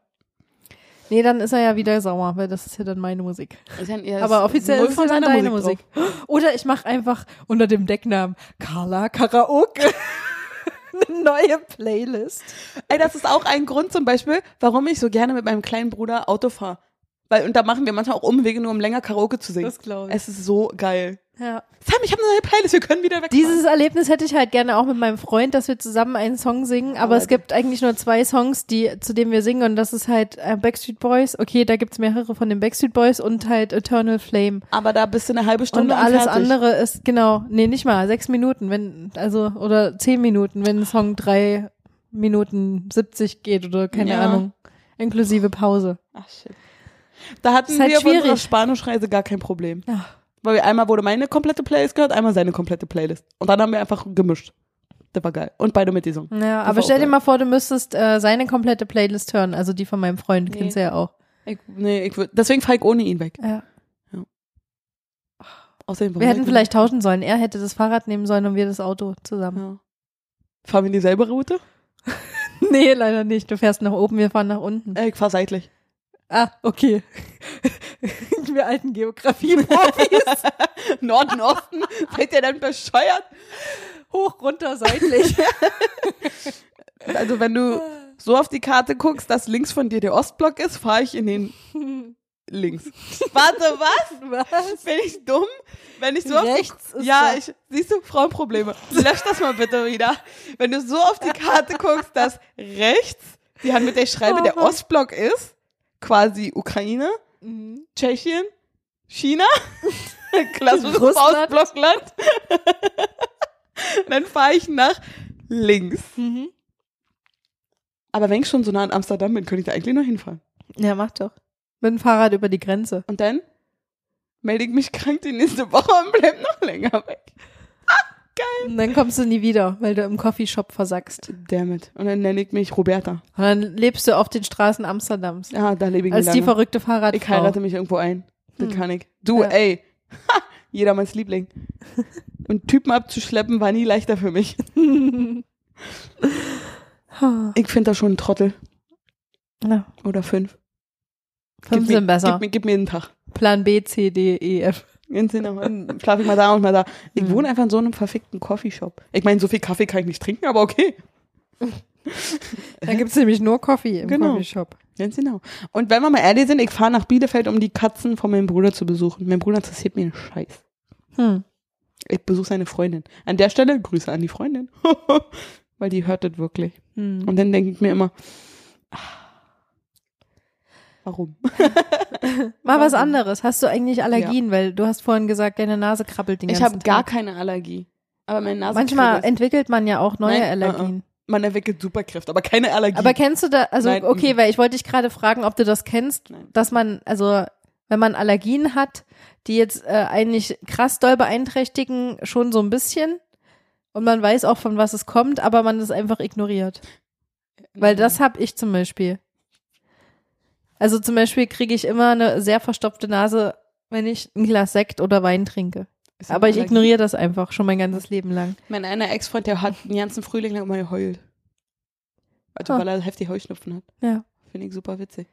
C: Nee, dann ist er ja wieder sauer, weil das ist ja dann meine Musik.
A: Ist ja- ja,
C: Aber
A: ist
C: offiziell
A: null
C: ist es dann deine Musik.
A: drauf.
C: <gasps> Oder ich mache einfach unter dem Decknamen Carla Karaoke <laughs> eine neue Playlist.
A: Ey, das ist auch ein Grund zum Beispiel, warum ich so gerne mit meinem kleinen Bruder Auto fahre. Weil, und da machen wir manchmal auch Umwege, nur um länger Karaoke zu singen.
C: Das glaube ich.
A: Es ist so geil.
C: Ja.
A: Sam, ich habe eine neue Playlist, wir können wieder weg.
C: Dieses Erlebnis hätte ich halt gerne auch mit meinem Freund, dass wir zusammen einen Song singen, aber
A: Aber
C: es gibt eigentlich nur zwei Songs, die, zu denen wir singen und das ist halt äh, Backstreet Boys, okay, da gibt's mehrere von den Backstreet Boys und halt Eternal Flame.
A: Aber da bist du eine halbe Stunde
C: und alles
A: fertig.
C: andere ist genau, nee, nicht mal sechs Minuten, wenn also oder zehn Minuten, wenn ein Song drei Minuten 70 geht oder keine
A: Ja.
C: Ahnung, inklusive Pause.
A: Ach shit. Da hatten
C: Ist halt
A: wir auf unserer
C: schwierig.
A: Spanischreise gar kein Problem.
C: Ja.
A: Weil einmal wurde meine komplette Playlist gehört, einmal seine komplette Playlist. Und dann haben wir einfach gemischt. Das war geil. Und beide mit diesem.
C: Ja,
A: Das
C: aber
A: war
C: stell
A: auch
C: dir
A: geil.
C: mal vor, du müsstest äh, seine komplette Playlist hören, also die von meinem Freund,
A: Nee.
C: kennst du ja auch.
A: Ich, nee, ich würd, deswegen fahre ich ohne ihn weg.
C: Ja.
A: Außerdem, warum
C: Wir hätten
A: ich-
C: vielleicht tauschen sollen. Er hätte das Fahrrad nehmen sollen und wir das Auto zusammen.
A: Ja. Fahren wir dieselbe Route?
C: <laughs> Nee, leider nicht. Du fährst nach oben, wir fahren nach unten.
A: Äh, ich fahre seitlich.
C: Ah, okay. <laughs> wir alten Geografie. <laughs>
A: Norden, Osten? Seid ihr dann bescheuert?
C: Hoch, runter, <laughs> seitlich.
A: Also wenn du so auf die Karte guckst, dass links von dir der Ostblock ist, fahre ich in den links. Warte, was?
C: <laughs> Was?
A: Bin ich dumm? Wenn ich so auf
C: Rechts
A: die,
C: ist
A: Ja,
C: doch-
A: ich, siehst du, Frauenprobleme. Lösch das mal bitte wieder. Wenn du so auf die Karte guckst, dass rechts, die Hand mit der ich schreibe,
C: Oh
A: der
C: Mann.
A: Ostblock ist, quasi Ukraine,
C: Mhm.
A: Tschechien, <laughs> China, klassisches
C: Russland.
A: Ostblockland, dann fahre ich nach links.
C: Mhm.
A: Aber wenn ich schon so nah an Amsterdam bin, könnte ich da eigentlich noch hinfahren.
C: Ja, mach doch. Mit dem Fahrrad über die Grenze.
A: Und dann? melde ich mich krank die nächste Woche und bleib noch länger weg.
C: Und dann kommst du nie wieder, weil du im Coffeeshop versackst.
A: Damit. Und dann nenne ich mich Roberta.
C: Und dann lebst du auf den Straßen Amsterdams.
A: Ja, da lebe ich
C: Als die
A: lange.
C: verrückte Fahrradfrau.
A: Ich heirate mich irgendwo ein. Das kann ich. Du,
C: Hm. Ja.
A: ey. Ha, jedermanns
C: <laughs>
A: Liebling. Und Typen abzuschleppen war nie leichter für mich.
C: Ha.
A: Ich finde da schon einen Trottel.
C: Na,
A: Oder fünf.
C: fünf
A: gib mir,
C: sind besser.
A: Gib mir, gib mir einen Tag.
C: Plan B, C, D, E, F.
A: Ganz genau.
C: <laughs>
A: Dann Schlaf ich mal da und mal da. Ich
C: Hm.
A: wohne einfach in so einem verfickten Coffeeshop. Ich meine, so viel Kaffee kann ich nicht trinken, aber okay.
C: Da gibt's nämlich nur Coffee im
A: Genau.
C: Coffeeshop.
A: Ganz genau. Und wenn wir mal ehrlich sind, ich fahre nach Bielefeld, um die Katzen von meinem Bruder zu besuchen. Mein Bruder interessiert mir einen Scheiß.
C: Hm.
A: Ich besuche seine Freundin. An der Stelle Grüße an die Freundin. <laughs> Weil die hört das wirklich.
C: Hm.
A: Und dann denke ich mir immer, ah, warum?
C: Mal was anderes. Hast du eigentlich Allergien? Weil du hast vorhin gesagt, deine Nase krabbelt den
A: Ich
C: ganzen
A: habe gar
C: Tag.
A: keine Allergie. Aber meine Nase
C: Manchmal
A: kribbelt.
C: entwickelt man ja auch neue
A: Nein, Uh-uh.
C: Allergien.
A: man entwickelt Superkräfte, aber keine Allergie.
C: Aber kennst du da, also
A: Nein,
C: okay,
A: mhm.
C: weil ich wollte dich gerade fragen, ob du das kennst,
A: Nein.
C: dass man, also wenn man Allergien hat, die jetzt äh, eigentlich krass doll beeinträchtigen, schon so ein bisschen und man weiß auch, von was es kommt, aber man es einfach ignoriert. Weil das habe ich zum Beispiel. Also zum Beispiel kriege ich immer eine sehr verstopfte Nase, wenn ich ein Glas Sekt oder Wein trinke.
A: Ist eine
C: Aber ich
A: Allergie.
C: ignoriere das einfach schon mein ganzes Leben lang.
A: Mein einer Ex-Freund, der hat den ganzen Frühling lang immer geheult. Also,
C: Ah.
A: weil er heftig Heuschnupfen hat.
C: Ja.
A: Finde ich super witzig.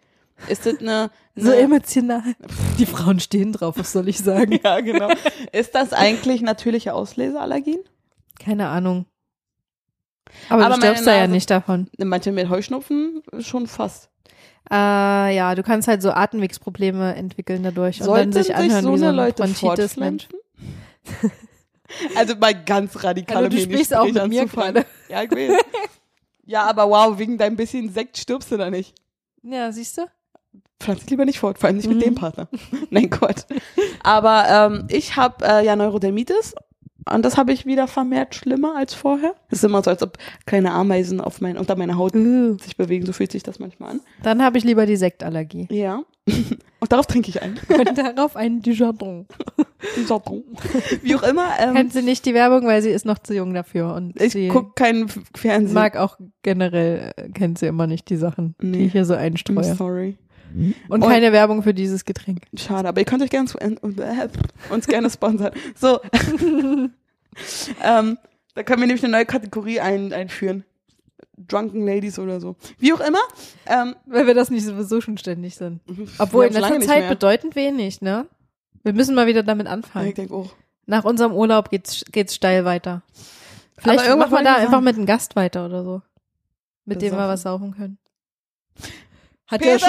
A: Ist das eine.
C: <laughs> So
A: eine-
C: emotional. Die Frauen stehen drauf, was soll ich sagen?
A: <laughs> Ja, genau. Ist das eigentlich natürliche Ausleseallergien?
C: Keine Ahnung. Aber,
A: Aber
C: du stirbst
A: meine
C: da ja
A: Nase-
C: nicht davon.
A: Manche mit Heuschnupfen schon fast.
C: Äh, ja, du kannst halt so Atemwegsprobleme entwickeln dadurch
A: Sollten
C: und dann sich
A: sich,
C: anhören
A: so
C: wie so
A: eine
C: ein
A: Leute
C: Bronchitis-Mensch.
A: fortpflanzen? <laughs> also mal ganz radikale
C: Hallo, Also du
A: Medien-
C: sprichst auch
A: Sprechern
C: mit mir
A: zu fahren.
C: gerade.
A: <laughs> Ja, ich will. Ja, aber wow, wegen deinem bisschen Sekt stirbst du da nicht.
C: Ja, siehst du?
A: Pflanz dich lieber nicht fort, vor allem nicht mit
C: Mhm.
A: dem Partner. <laughs> Nein, Gott. Aber ähm, ich habe äh, ja Neurodermitis und das habe ich wieder vermehrt schlimmer als vorher. Es ist immer so, als ob kleine Ameisen auf mein, unter meiner Haut
C: Äh.
A: sich bewegen, so fühlt sich das manchmal an.
C: Dann habe ich lieber die Sektallergie.
A: Ja. <laughs> Und darauf trinke ich einen.
C: <laughs> Und darauf einen Dujardin.
A: Jardin. <laughs> Wie auch immer. Ähm,
C: Kennt sie nicht die Werbung, weil sie ist noch zu jung dafür. Und sie
A: ich gucke keinen F- Fernsehen.
C: mag auch generell, äh, kennt sie immer nicht die Sachen, die
A: Nee.
C: ich hier so
A: I'm
C: einstreue.
A: sorry.
C: Und
A: Und-
C: keine Werbung für dieses Getränk.
A: Schade, aber ihr könnt euch gerne äh, uns gerne sponsern.
C: <laughs>
A: So. ähm, da können wir nämlich eine neue Kategorie ein, einführen. Drunken Ladies oder so. Wie auch immer. Ähm,
C: Weil wir das nicht sowieso schon ständig sind.
A: wir
C: Obwohl in
A: haben's lange
C: letzter
A: nicht
C: Zeit
A: mehr.
C: bedeutend wenig, ne? Wir müssen mal wieder damit
A: Ich
C: anfangen.
A: denke auch.
C: Nach unserem Urlaub geht's, geht's steil weiter. Vielleicht
A: irgendwas wollte
C: machen wir da
A: ich noch
C: einfach
A: sagen.
C: mit einem Gast weiter oder so. Mit dem wir
A: Besoffen.
C: was saufen können. Hat ja schon,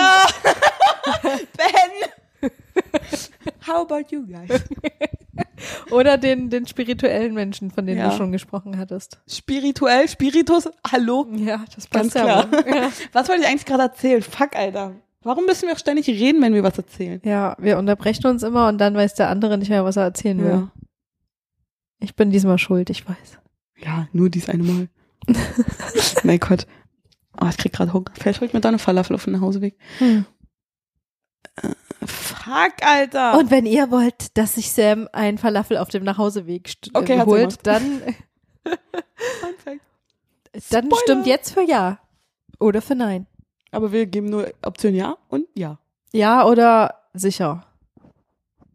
A: Peter! <laughs>
C: <laughs>
A: ben! How about you guys?
C: oder den, den spirituellen Menschen, von denen
A: Ja.
C: du schon gesprochen hattest.
A: Spirituell, Spiritus, hallo?
C: Ja, das
A: Ganz
C: passt ja
A: klar.
C: wohl.
A: <laughs>
C: Ja.
A: Was wollte ich eigentlich gerade erzählen? Fuck, Alter. Warum müssen wir auch ständig reden, wenn wir was erzählen?
C: ja, wir unterbrechen uns immer und dann weiß der andere nicht mehr, was er erzählen will. Ich bin diesmal schuld, ich weiß.
A: Ja, nur dies eine Mal. mein Gott. Oh, ich krieg gerade Hunger. Vielleicht hol ich mir da eine Falafel auf den Hauseweg. Fuck, Alter.
C: Und wenn ihr wollt, dass sich Sam einen Falafel auf dem Nachhauseweg st-
A: Okay,
C: äh,
A: hat sie
C: holt,
A: gemacht.
C: dann,
A: Fun Fact.
C: dann
A: Spoiler.
C: stimmt jetzt für Ja. Oder für Nein.
A: Aber wir geben nur Option ja und ja.
C: Ja oder sicher.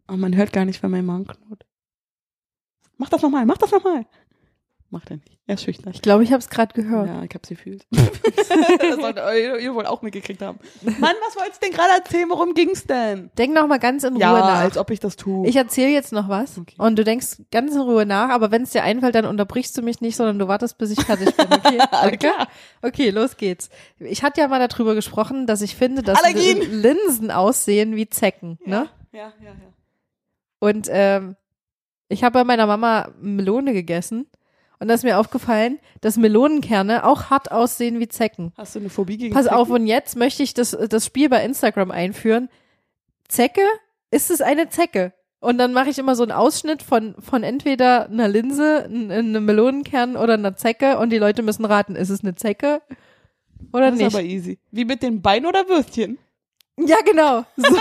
A: Aber man hört gar nicht, wenn mein Magen knurrt. Mach das nochmal, mach das nochmal. Macht er nicht. Er ist schüchtern.
C: Ich glaube, ich habe es gerade gehört.
A: Ja, ich hab's gefühlt. <laughs> das solltet ihr, ihr wohl auch mitgekriegt haben. Mann, was wolltest du denn gerade erzählen? Worum ging's denn?
C: Denk noch mal ganz in
A: Ja,
C: Ruhe nach.
A: als ob ich das tue.
C: ich erzähle jetzt noch was
A: Okay.
C: und du denkst ganz in Ruhe nach, aber wenn es dir einfällt, dann unterbrichst du mich nicht, sondern du wartest, bis ich fertig bin.
A: <laughs>
C: Okay, danke.
A: klar.
C: Okay, los geht's. Ich hatte ja mal darüber gesprochen, dass ich finde, dass
A: Allergien.
C: Lin- Linsen aussehen wie Zecken. Ne?
A: Ja, ja, ja.
C: Und ähm, ich habe bei meiner Mama Melone gegessen und da ist mir aufgefallen, dass Melonenkerne auch hart aussehen wie Zecken.
A: Hast du eine Phobie gegen
C: Pass
A: Zecken?
C: auf, und jetzt möchte ich das, das Spiel bei Instagram einführen. Zecke, ist es eine Zecke? Und dann mache ich immer so einen Ausschnitt von, von entweder einer Linse, n- einem Melonenkern oder einer Zecke und die Leute müssen raten, ist es eine Zecke oder
A: Das
C: nicht?
A: ist aber easy. Wie mit den Beinen oder Würstchen?
C: Ja, genau. So.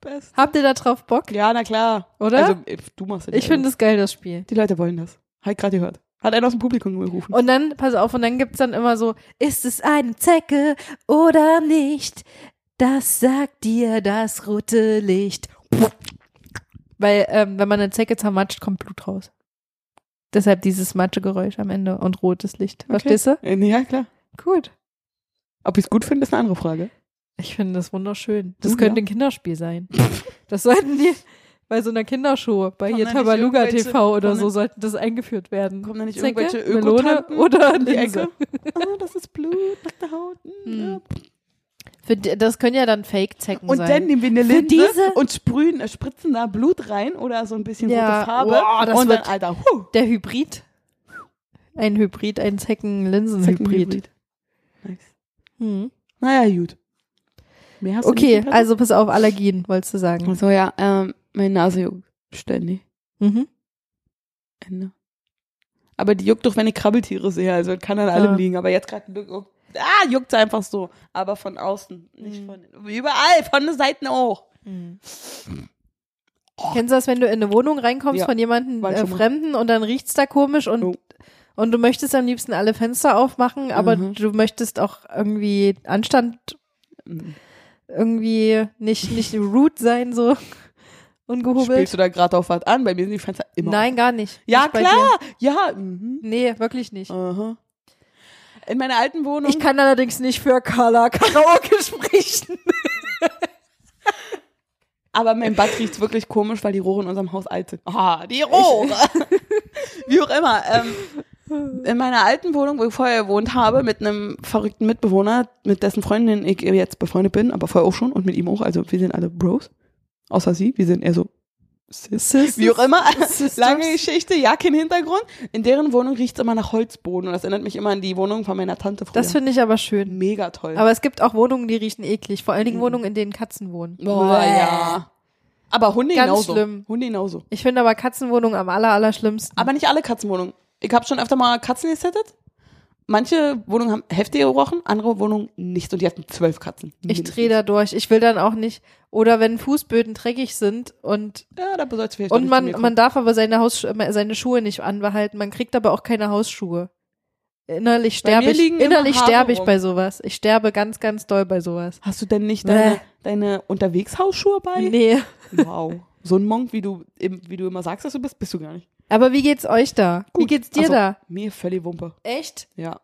A: Beste.
C: Habt ihr da drauf Bock,
A: Ja, na klar.
C: oder?
A: Also, äh, du machst ja die
C: ich finde
A: Augen.
C: es geil, das Spiel.
A: Die Leute wollen das. Hat gerade gehört. Hat einer aus dem Publikum gerufen.
C: Und dann, pass auf, und dann gibt's dann immer so, ist es eine Zecke oder nicht? Das sagt dir das rote Licht. Weil, ähm, wenn man eine Zecke zermatscht, kommt Blut raus. Deshalb dieses Matschegeräusch am Ende und rotes Licht. Verstehst du?
A: Äh, Ja, klar.
C: Gut.
A: Ob ich es gut finde, ist eine andere Frage.
C: Ich finde das wunderschön.
A: Du,
C: Das könnte
A: ja.
C: ein Kinderspiel sein. Das sollten die bei so einer Kindershow, bei
A: Kommen
C: hier
A: da nicht
C: Tabaluga
A: irgendwelche-
C: TV oder
A: kommen
C: so, sollten das eingeführt werden.
A: Kommen da nicht
C: Zecke,
A: irgendwelche
C: Melone
A: Ökotanten
C: oder
A: in die
C: Linse.
A: Ecke? Ah, das ist Blut, nackte Haut.
C: Hm.
A: Mm.
C: Für die, das können ja dann Fake-Zecken
A: Und
C: sein.
A: dann nehmen wir eine
C: Für
A: Linse
C: diese-
A: und sprühen, äh, spritzen da Blut rein oder so ein bisschen
C: Ja,
A: rote Farbe.
C: boah, das
A: und dann,
C: wird-
A: Alter, huh,
C: der Hybrid. Ein Hybrid, ein Zecken-Linsen-Hybrid.
A: Zeckenhybrid. Nice.
C: Hm.
A: Naja, gut. Mehr hast
C: Okay,
A: du
C: also pass auf, Allergien, wolltest du sagen.
A: Also ja, ähm, meine Nase juckt ständig. Hm.
C: Mhm.
A: Ende. Aber die juckt doch, wenn ich Krabbeltiere sehe. Also das kann an allem
C: Ja.
A: liegen. Aber jetzt gerade juckt- ah, juckt sie einfach so. Aber von außen, nicht
C: Mhm.
A: von überall, von den Seiten auch.
C: Kennst du das, wenn du in eine Wohnung reinkommst
A: Oh. Ja,
C: von jemandem
A: war ich
C: äh,
A: schon mal.
C: Fremden und dann riecht's da komisch und,
A: Jo.
C: und du möchtest am liebsten alle Fenster aufmachen, aber
A: Mhm.
C: du möchtest auch irgendwie Anstand
A: Mhm.
C: irgendwie nicht, nicht rude sein, so <laughs> ungehobelt.
A: Spielst du da gerade auf was an? Bei mir sind die Fenster immer
C: Nein, gar nicht.
A: Ja,
C: Nicht bei
A: klar. offen. Ja, mhm.
C: Dir. Nee, wirklich nicht.
A: Aha. In meiner alten Wohnung.
C: Ich kann allerdings nicht für Carla Karaoke <laughs> sprechen.
A: Aber mein Bad riecht wirklich komisch, weil die Rohre in unserem Haus alt sind. Ah, die
C: <laughs>
A: Rohre! Wie auch immer. Ähm, in meiner alten Wohnung, wo ich vorher gewohnt habe, mit einem verrückten Mitbewohner, mit dessen Freundin ich jetzt befreundet bin, aber vorher auch schon und mit ihm auch. Also wir sind alle Bros. Außer sie, wir sind eher so Sis. Wie auch immer.
C: <laughs> Sisters.
A: Lange Geschichte, ja, kein Hintergrund. In deren Wohnung riecht es immer nach Holzboden und das erinnert mich immer an die Wohnung von meiner Tante früher.
C: Das finde ich aber schön.
A: mega toll.
C: Aber es gibt auch Wohnungen, die riechen eklig. Vor allen Dingen Wohnungen, in denen Katzen wohnen.
A: Mhm. Boah, ja. Aber Hunde
C: Ganz
A: genauso.
C: schlimm.
A: Hunde genauso.
C: Ich finde aber Katzenwohnungen am aller, allerschlimmsten.
A: Aber nicht alle Katzenwohnungen. Ich habe schon öfter mal Katzen gesettet. Manche Wohnungen haben heftig gerochen, andere Wohnungen nicht. Und die hatten zwölf Katzen.
C: ich
A: mindestens.
C: drehe da durch. Ich will dann auch nicht. Oder wenn Fußböden dreckig sind und,
A: Ja, da sollst du vielleicht doch
C: und
A: nicht zu
C: man,
A: mir kommen.
C: man darf aber seine, Haus, seine Schuhe nicht anbehalten. Man kriegt aber auch keine Hausschuhe. Innerlich
A: Bei
C: sterbe
A: mir
C: ich,
A: liegen immer
C: innerlich
A: Haare
C: sterbe ich
A: rum.
C: bei sowas. Ich sterbe ganz, ganz doll bei sowas.
A: Hast du denn nicht
C: Bäh.
A: deine, deine Unterwegshausschuhe bei?
C: Nee.
A: Wow. So ein Monk, wie du, eben- wie du immer sagst, dass du bist, bist du gar nicht.
C: Aber wie geht's euch da? Wie
A: Gut.
C: geht's dir
A: Also,
C: da?
A: Mir völlig Wumpe.
C: Echt?
A: Ja.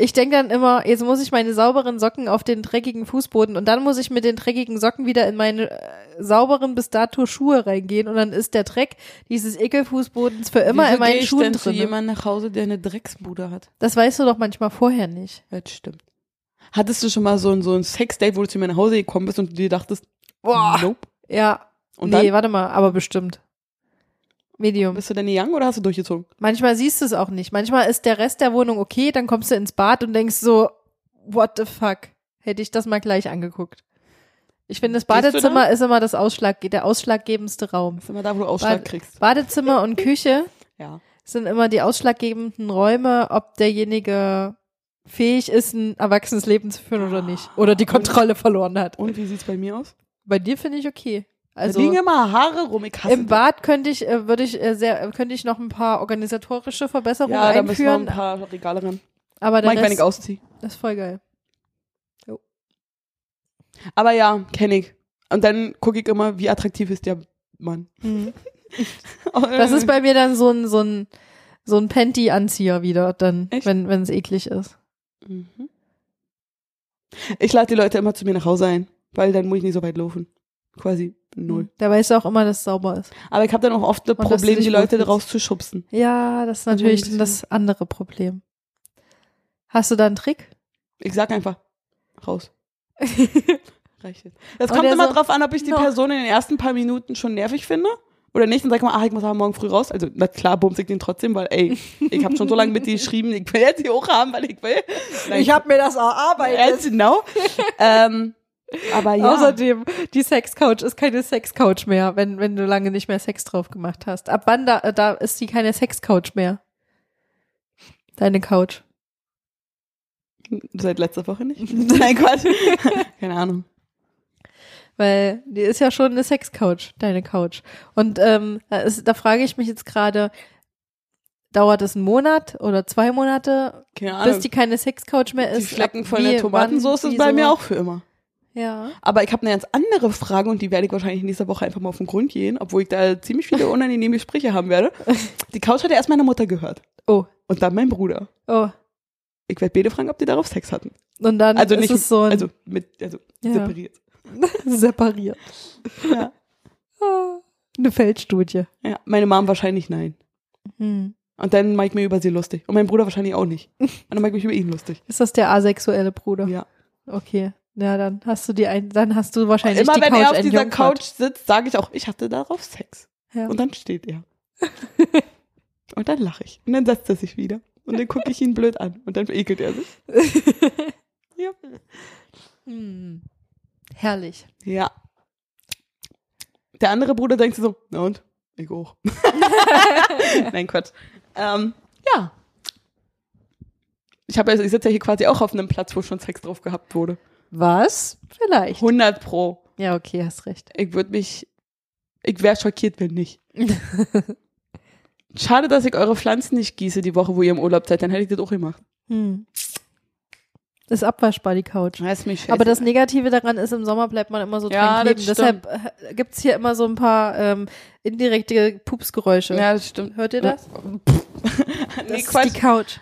C: Ich denke dann immer, jetzt muss ich meine sauberen Socken auf den dreckigen Fußboden und dann muss ich mit den dreckigen Socken wieder in meine äh, sauberen bis dato Schuhe reingehen und dann ist der Dreck dieses Ekelfußbodens für immer
A: Wieso
C: in meinen
A: geh ich
C: Schuhen
A: denn zu
C: drin.
A: jemandem nach Hause, der eine Drecksbude hat.
C: Das weißt du doch manchmal vorher nicht.
A: Ja, Das stimmt. Hattest du schon mal so ein, so ein Sexdate, wo du zu mir nach Hause gekommen bist und du dir dachtest, nope.
C: Ja,
A: Und
C: nee,
A: dann
C: warte mal, aber bestimmt. Medium.
A: bist du denn gegangen oder hast du durchgezogen?
C: Manchmal siehst du es auch nicht. Manchmal ist der Rest der Wohnung okay, dann kommst du ins Bad und denkst so, what the fuck? Hätte ich das mal gleich angeguckt. Ich finde, das
A: Gehst du da?
C: Badezimmer ist immer das Ausschlag, der ausschlaggebendste Raum.
A: Das ist immer da, wo du Ausschlag
C: Bad-
A: kriegst.
C: Badezimmer und Küche
A: Ja.
C: sind immer die ausschlaggebenden Räume, ob derjenige fähig ist, ein erwachsenes Leben zu führen oder nicht. Oder die Kontrolle verloren hat.
A: Und wie sieht's bei mir aus?
C: Bei dir finde ich okay.
A: da liegen
C: Also
A: immer Haare rum. Ich hasse
C: im Bad könnte ich, äh, würde ich äh, sehr, äh, könnte ich noch ein paar organisatorische
A: das.
C: Verbesserungen
A: ja, da müssen noch ein
C: einführen.
A: paar Regale ran.
C: aber der
A: Mach ich, wenn ich
C: Rest
A: ausziehe.
C: ist voll geil.
A: Aber ja, kenn ich. Und dann gucke ich immer, wie attraktiv ist der Mann. <laughs>
C: Mhm. Das ist bei mir dann so ein, so ein, so ein Panty-Anzieher wieder, dann,
A: Echt?
C: wenn es eklig ist.
A: Mhm. Ich lade die Leute immer zu mir nach Hause ein, weil dann muss ich nicht so weit laufen. Quasi null.
C: Da weißt du auch immer, dass es sauber ist.
A: Aber ich habe dann auch oft das
C: Mhm. Und dass
A: Problem,
C: du dich
A: die Leute
C: wohlfühlst.
A: rauszuschubsen.
C: Ja, das ist
A: Dann
C: natürlich
A: bin ich-
C: das andere Problem. Hast du da einen Trick?
A: Ich sag einfach,
C: <laughs>
A: raus. Reicht jetzt. Das
C: Und
A: kommt
C: der
A: immer
C: so,
A: drauf an, ob ich die
C: "Noch."
A: Person in den ersten paar Minuten schon nervig finde oder nicht. Dann sag ich mal, ach, ich muss aber morgen früh raus. Also, na klar, bumse ich den trotzdem, weil, ey, ich habe schon so lange mit dir geschrieben, ich will jetzt die auch haben, weil ich will. Nein,
C: habe mir das
A: Ernst, genau. ähm, aber ja.
C: Außerdem, die Sexcouch ist keine Sexcouch mehr, wenn, wenn du lange nicht mehr Sex drauf gemacht hast. Ab wann da, äh, da ist die keine Sexcouch mehr? Deine Couch. <laughs>
A: Seit letzter Woche nicht. Nein, Quatsch. Keine Ahnung.
C: Weil die ist ja schon eine Sexcouch, deine Couch. Und ähm, da, ist, da frage ich mich jetzt gerade, dauert es einen Monat oder zwei Monate,
A: Keine
C: bis
A: Ahnung.
C: die keine Sexcouch mehr
A: Ah, Die
C: ist?
A: Flecken
C: Ab
A: von
C: wie,
A: der Tomatensauce
C: wann,
A: ist bei
C: wieso?
A: mir auch für immer.
C: Ja.
A: Aber ich habe eine ganz andere Frage und die werde ich wahrscheinlich in dieser Woche einfach mal auf den Grund gehen, obwohl ich da ziemlich viele unangenehme Gespräche haben
C: <laughs>
A: werde. Die Couch hat ja erst meine Mutter gehört.
C: Oh.
A: Und dann mein Bruder.
C: Oh.
A: Ich werde beide fragen, ob die darauf Sex hatten.
C: Und dann
A: Also
C: ist
A: nicht,
C: es so ein,
A: also mit, also <laughs>
C: ja,
A: separiert.
C: separiert.
A: Ja.
C: Ah, Eine Feldstudie.
A: ja. Meine Mom wahrscheinlich nein.
C: Hm.
A: Und dann mache ich mir über sie lustig. Und mein Bruder wahrscheinlich auch
C: <laughs>
A: nicht. Und dann mache ich mich über ihn lustig.
C: Ist das der asexuelle Bruder?
A: Ja.
C: Okay. Ja, dann hast du die ein, dann hast du wahrscheinlich
A: Immer
C: die
A: wenn
C: Couch
A: er auf dieser
C: entjungfert.
A: Couch sitzt, sage ich auch, ich hatte darauf Sex.
C: Ja.
A: Und dann steht
C: <laughs>
A: er. und dann lache ich. Und dann setzt er sich wieder. Und dann gucke ich ihn blöd an. Und dann ekelt er sich. Ja.
C: Hm. Herrlich.
A: ja. Der andere Bruder denkt sich so, na und? Ich <laughs> auch. Nein, Quatsch. Ähm, ja. Ich, hab also, ich sitze ja hier quasi auch auf einem Platz, wo schon Sex drauf gehabt wurde.
C: Was? Vielleicht.
A: 100 pro.
C: Ja, okay, hast recht.
A: Ich würde mich, ich wäre schockiert, wenn <laughs> nicht. Schade, dass ich eure Pflanzen nicht gieße die Woche, wo ihr im Urlaub seid. Dann hätte ich das auch gemacht.
C: Hm. Ist abwaschbar, die Couch.
A: Das ist mir scheiße.
C: Aber das Negative daran ist, im Sommer bleibt man immer so
A: Ja,
C: dran kleben.
A: das
C: Deshalb äh, gibt's hier immer so ein paar ähm, indirekte Pupsgeräusche.
A: Ja, das <laughs> stimmt.
C: Hört ihr das?
A: Das
C: Das
A: nee,
C: ist die
A: Quatsch.
C: Couch,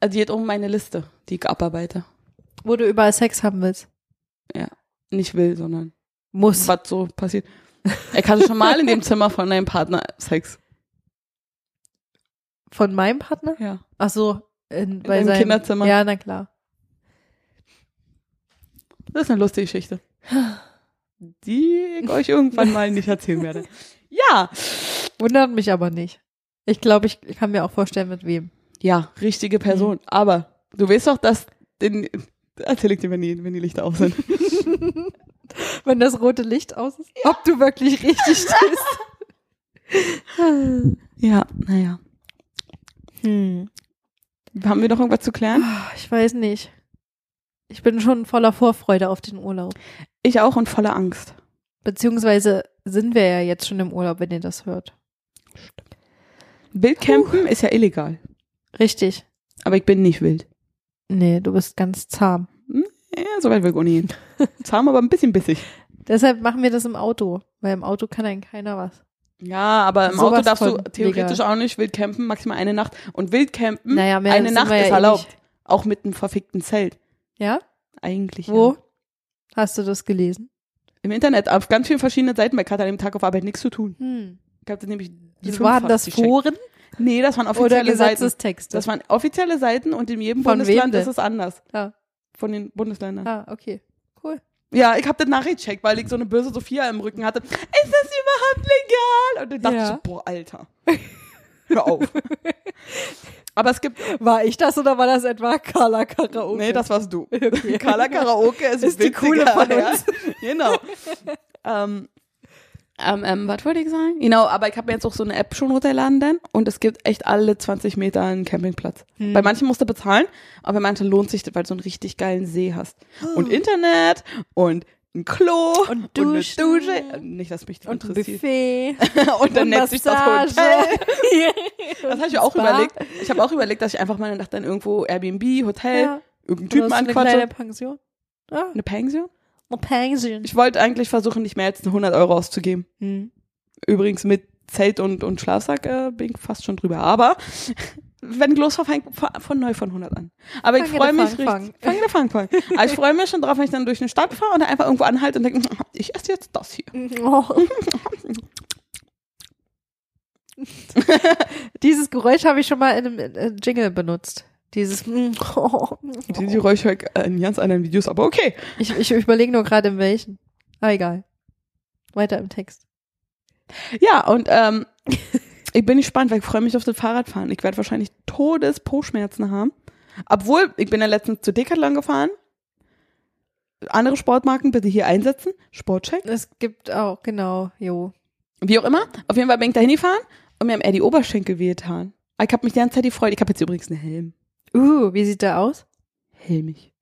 A: Also die hat oben meine Liste, die ich abarbeite.
C: wo du überall Sex haben willst.
A: Nicht will, sondern
C: Muss.
A: was so passiert. Ich hatte schon mal in <laughs> dem Zimmer von deinem Partner Sex.
C: Von meinem Partner?
A: Ja.
C: Ach so, in, bei
A: deinem
C: seinem
A: Kinderzimmer.
C: Ja, na klar.
A: Das ist eine lustige Geschichte. Die ich euch irgendwann mal nicht erzählen werde. Ja.
C: Wundert mich aber nicht. Ich glaube, ich kann mir auch vorstellen, mit wem.
A: Ja, richtige
C: Mhm.
A: Person. Aber du weißt doch, dass den, erzähl ich dir, wenn die, wenn die Lichter auf sind.
C: Wenn das rote Licht aus ist, ob du wirklich richtig stehst.
A: <laughs> Ja, naja.
C: Hm.
A: Haben wir noch irgendwas zu klären?
C: Ich weiß nicht. Ich bin schon voller Vorfreude auf den Urlaub.
A: Ich auch und voller Angst.
C: Beziehungsweise sind wir ja jetzt schon im Urlaub, wenn ihr das hört.
A: Wildcampen ist ja illegal.
C: Richtig.
A: Aber ich bin nicht wild.
C: Nee, du bist ganz zahm.
A: Ja, so weit will ich auch nicht
C: <laughs>
A: hin. Zahm, aber ein bisschen bissig.
C: Deshalb machen wir das im Auto, weil im Auto kann einem keiner was.
A: Ja, aber im
C: Sowas
A: Auto darfst du
C: von
A: theoretisch auch nicht wild campen, maximal eine Nacht. Und wild campen,
C: Naja, mehr
A: Hm? eine
C: sind
A: Nacht
C: wir ja
A: ist
C: eh
A: erlaubt.
C: nicht.
A: Auch mit einem verfickten Zelt.
C: Ja?
A: Eigentlich.
C: Wo
A: Ja.
C: hast du das gelesen?
A: Im Internet, auf ganz vielen verschiedenen Seiten, weil ich hatte an dem Tag auf Arbeit nichts zu tun.
C: Hm.
A: Ich habe nämlich die fünf
C: Waren das
A: gecheckt.
C: Foren
A: Nee, das waren offizielle
C: oder
A: Seiten.
C: Gesetzestexte?
A: Das waren offizielle Seiten und in jedem
C: Von wem
A: Bundesland
C: denn?
A: ist es anders.
C: Ja.
A: Von den Bundesländern.
C: ah, okay. Cool.
A: Ja, ich habe das nachgecheckt, weil ich so eine böse Sophia im Rücken hatte. Ist das überhaupt legal? Und dann dachte
C: Ja.
A: ich, boah, Alter. Hör
C: <laughs>
A: auf. Aber es gibt.
C: War ich das oder war das etwa Carla Karaoke?
A: Nee, <laughs> das warst du. Carla Karaoke ist,
C: Ist die
A: witziger,
C: coole von
A: ja. Genau. ähm, ähm, ähm, was wollte ich sagen? Genau, aber ich habe mir jetzt auch so eine App schon runterladen dann und es gibt echt alle 20 Meter einen Campingplatz.
C: Hm.
A: Bei manchen musst du bezahlen, aber bei manchen lohnt sich das, weil du so einen richtig geilen See hast. Und Internet und ein Klo
C: Und
A: eine
C: Duschen.
A: Dusche. Äh, Nicht, dass mich das
C: und ein
A: interessiert.
C: Buffet.
A: <laughs> und dann nennt sich das Hotel.
C: <laughs>
A: Das habe ich auch
C: Spa.
A: überlegt. Ich habe auch überlegt, dass ich einfach mal eine Nacht dann irgendwo Airbnb, Hotel,
C: Ja.
A: irgendeinen
C: Du
A: Typen
C: hast eine kleine
A: anquatsche. Oh,
C: Pension. Ah,
A: Eine Pension?
C: eine Pension.
A: Ich wollte eigentlich versuchen, nicht mehr als 100 Euro auszugeben.
C: Hm.
A: Übrigens mit Zelt und, und Schlafsack äh, bin ich fast schon drüber. Aber <laughs> wenn ich losfahre, fang ich von, von neu von 100 an. Aber ich
C: Fange
A: freue
C: der
A: mich
C: Fang,
A: richtig.
C: Fang.
A: Fange der Fang,
C: <laughs>
A: Fang. Aber ich freue mich schon drauf, wenn ich dann durch eine Stadt fahre und dann einfach irgendwo anhalte und denke, <laughs> ich esse jetzt das hier.
C: Oh. <laughs> Dieses Geräusch habe ich schon mal in einem äh, Jingle benutzt. Dieses. <laughs> Oh.
A: Die Geräusche äh, in ganz anderen Videos, aber okay.
C: Ich, ich überlege nur gerade in welchen. Aber egal. Weiter im Text.
A: Ja, und ähm, <laughs> ich bin gespannt, weil ich freue mich auf das Fahrradfahren. Ich werde wahrscheinlich Todes-Po-Schmerzen haben. Obwohl, ich bin ja letztens zu Decathlon gefahren. Andere Sportmarken bitte hier einsetzen. Sportcheck.
C: Es gibt auch, genau, jo.
A: Wie auch immer. Auf jeden Fall bin ich da hingefahren und mir haben eher die Oberschenkel wehgetan. Aber Ich habe mich die ganze Zeit gefreut. Ich habe jetzt übrigens einen Helm.
C: Uh, wie sieht der aus?
A: Helmig.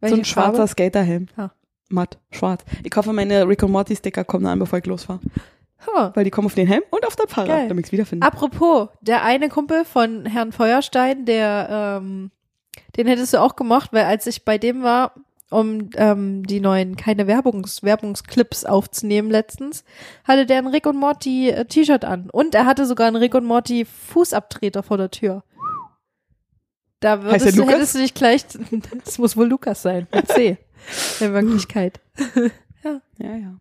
C: Welche
A: so ein schwarzer
C: Farbe?
A: Skaterhelm.
C: Ah.
A: matt, schwarz. Ich hoffe, meine Rick und Morty Sticker kommen an, bevor ich losfahre.
C: Huh.
A: Weil die kommen auf den Helm und auf das Fahrrad,
C: Geil.
A: damit ich es wiederfinde.
C: Apropos, der eine Kumpel von Herrn Feuerstein, der, ähm, den hättest du auch gemacht, weil als ich bei dem war, um ähm, die neuen keine Werbungs Werbungsclips aufzunehmen letztens, hatte der ein Rick und Morty äh, T-Shirt an und er hatte sogar einen Rick und Morty Fußabtreter vor der Tür. Da
A: Heißt der
C: würdest du,
A: Lukas?
C: hättest du dich gleich, <laughs> das muss wohl Lukas sein, mit C,
A: <laughs>
C: in Wirklichkeit.
A: Ja, ja.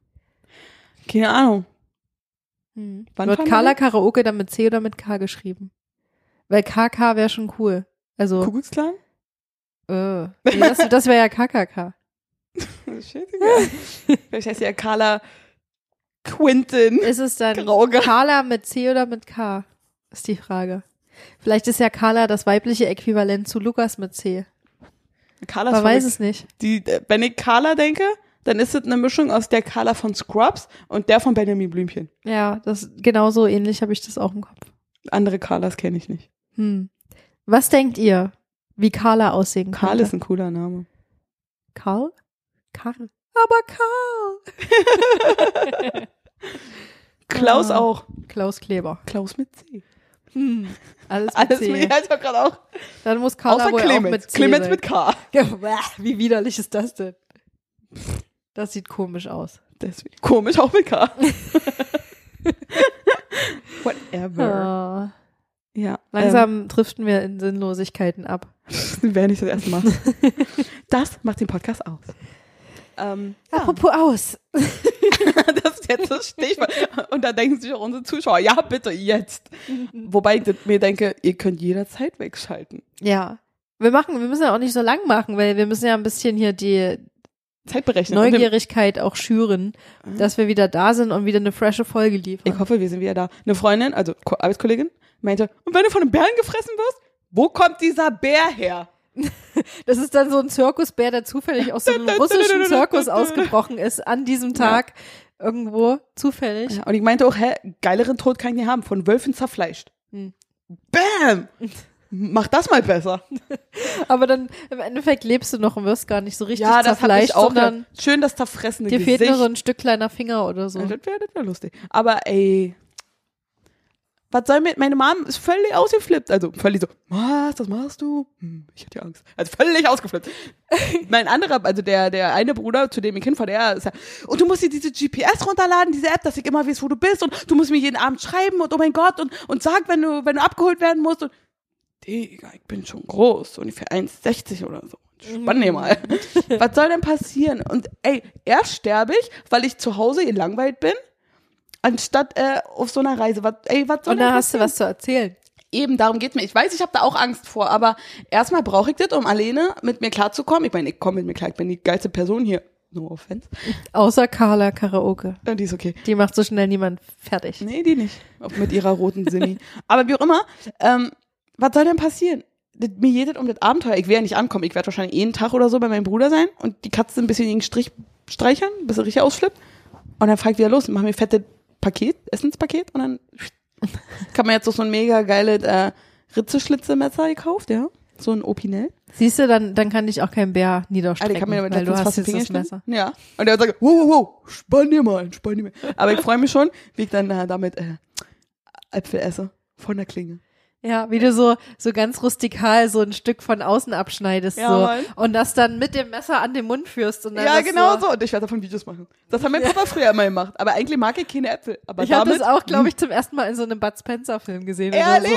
A: Keine Ahnung.
C: Hm.
A: Wann
C: Wird
A: fangen
C: Carla
A: wir?
C: Karaoke dann mit C oder mit K geschrieben? Weil KK wäre schon cool. Also,
A: Kugelsklan?
C: äh, nee, das, das wäre ja KKK.
A: <laughs> Scheißegal. Vielleicht heißt sie ja Carla Quinton.
C: Ist es dann
A: Grauge.
C: Carla mit C oder mit K? Ist die Frage. Vielleicht ist ja Carla das weibliche Äquivalent zu Lukas mit C.
A: Carla
C: Man
A: ist
C: weiß
A: verrückt.
C: es nicht.
A: die, äh, wenn ich Carla denke, dann ist es eine Mischung aus der Carla von Scrubs und der von Benjamin Blümchen.
C: Ja, das genauso ähnlich habe ich das auch im Kopf.
A: Andere Carlas kenne ich nicht.
C: Hm. Was denkt ihr, wie Carla aussehen könnte?
A: Carl ist ein cooler Name.
C: Karl? Karl. Aber Karl.
A: Klaus
C: Ah.
A: auch.
C: Klaus Kleber.
A: Klaus mit C.
C: Hm. Alles mit
A: Alles
C: C.
A: mit, ja, ich war gerade auch.
C: Dann muss Carla
A: Außer
C: wohl auch
A: Clemens.
C: mit C
A: Clemens
C: sein.
A: mit K.
C: Ja, <laughs> bäh, Wie widerlich ist das denn? Das sieht komisch aus.
A: Deswegen. Komisch, auch mit
C: <laughs>
A: K. Whatever.
C: Ah.
A: Ja,
C: Langsam driften wir in Sinnlosigkeiten ab.
A: Ähm, <laughs> wäre nicht das erste
C: <laughs>
A: Mal. Das macht den Podcast aus. Ähm, ja.
C: Apropos aus.
A: <laughs> Das ist jetzt das Stichwort. Und da denken sich auch unsere Zuschauer, ja, bitte, jetzt. Wobei ich das- mir denke, ihr könnt jederzeit wegschalten.
C: Ja. Wir machen, wir müssen ja auch nicht so lang machen, weil wir müssen ja ein bisschen hier die
A: Zeit berechnen. Genau. Und wir- Mhm.
C: Neugierigkeit auch schüren, dass wir wieder da sind und wieder eine frische Folge
A: Ich
C: liefern.
A: hoffe, wir sind wieder da. Eine Freundin, also Ko- Arbeitskollegin, meinte, und wenn du von einem Bären gefressen wirst, wo kommt dieser Bär her?
C: Das ist dann so ein Zirkusbär, der zufällig aus so
A: <laughs>
C: einem russischen Zirkus ausgebrochen ist an diesem Tag irgendwo zufällig.
A: Ja, Und ich meinte auch, hä, geileren Tod kann ich nicht haben, von Wölfen zerfleischt.
C: Hm.
A: Bam! Mach das mal besser.
C: Aber dann im Endeffekt lebst du noch und wirst gar nicht so richtig
A: hab
C: zerfleischt, sondern
A: gedacht. Schön, das zerfressene
C: dir
A: Gesicht.
C: fehlt nur so ein Stück kleiner Finger oder so.
A: Ja, Das wäre das wär lustig. Aber ey, was soll mit, meine Mom ist völlig ausgeflippt. Also völlig so, was, das machst du? Hm, ich hatte ja Angst. Also völlig
C: <laughs>
A: ausgeflippt. mein anderer, also der, der eine Bruder, zu dem ich hinfahre, der ist ja, und du musst dir diese GPS runterladen, diese App, dass ich immer weiß, wo du bist und du musst mir jeden Abend schreiben und oh mein Gott und, und sag, wenn du, wenn du abgeholt werden musst und Digga, ich bin schon groß, ungefähr 1,60 oder so. Spann dir mal.
C: Mhm.
A: Was soll denn passieren? Und ey, erst sterbe ich, weil ich zu Hause gelangweilt bin, anstatt äh, auf so einer Reise. Was, ey, was soll
C: Und da
A: denn
C: hast du was zu erzählen.
A: Eben, darum geht's mir. Ich weiß, ich habe da auch Angst vor, aber erstmal brauche ich das, um alleine mit mir klarzukommen. Ich meine, ich komme mit mir klar, ich bin die geilste Person hier. No offense.
C: Außer Carla Karaoke.
A: Äh, Die ist okay.
C: Die macht so schnell niemand fertig.
A: Nee, die nicht. Ob mit ihrer roten Sinni. <laughs> Aber wie auch immer, ähm, was soll denn passieren? Das, mir geht es um das Abenteuer. Ich werde ja nicht ankommen. Ich werde wahrscheinlich jeden Tag oder so bei meinem Bruder sein und die Katze ein bisschen gegen den Strich streichern, bis sie richtig ausflippt. Und dann fahre ich wieder los und mache mir fette Paket, Essenspaket und <laughs> dann kann man jetzt auch so ein mega geiles äh, Ritzeschlitzemesser gekauft, ja. So ein Opinel.
C: Siehst du, dann, dann kann dich auch kein Bär
A: Alter,
C: niederstrecken,
A: ich Ah, kann mir damit
C: weil du
A: letztens
C: hast
A: fast den
C: jetzt
A: Finger
C: das
A: geschnitten.
C: Messer.
A: Ja. Und der sagt, wow, wow, wow, spann dir mal, ein, spann dir mal. Aber ich freue mich schon, wie ich dann äh, damit äh, Äpfel esse. Von der Klinge.
C: Ja, wie du so, so ganz rustikal so ein Stück von außen abschneidest
A: Ja,
C: so,
A: Mann.
C: und das dann mit dem Messer an den Mund führst. Und dann
A: ja,
C: das
A: genau
C: so.
A: so. Und ich werde davon Videos machen. Das hat mein Papa früher immer gemacht. Aber eigentlich mag ich keine Äpfel. Aber
C: Ich habe
A: damit, Hm?
C: das auch, glaube ich, zum ersten Mal in so einem Bud Spencer-Film gesehen. Oder
A: Ehrlich?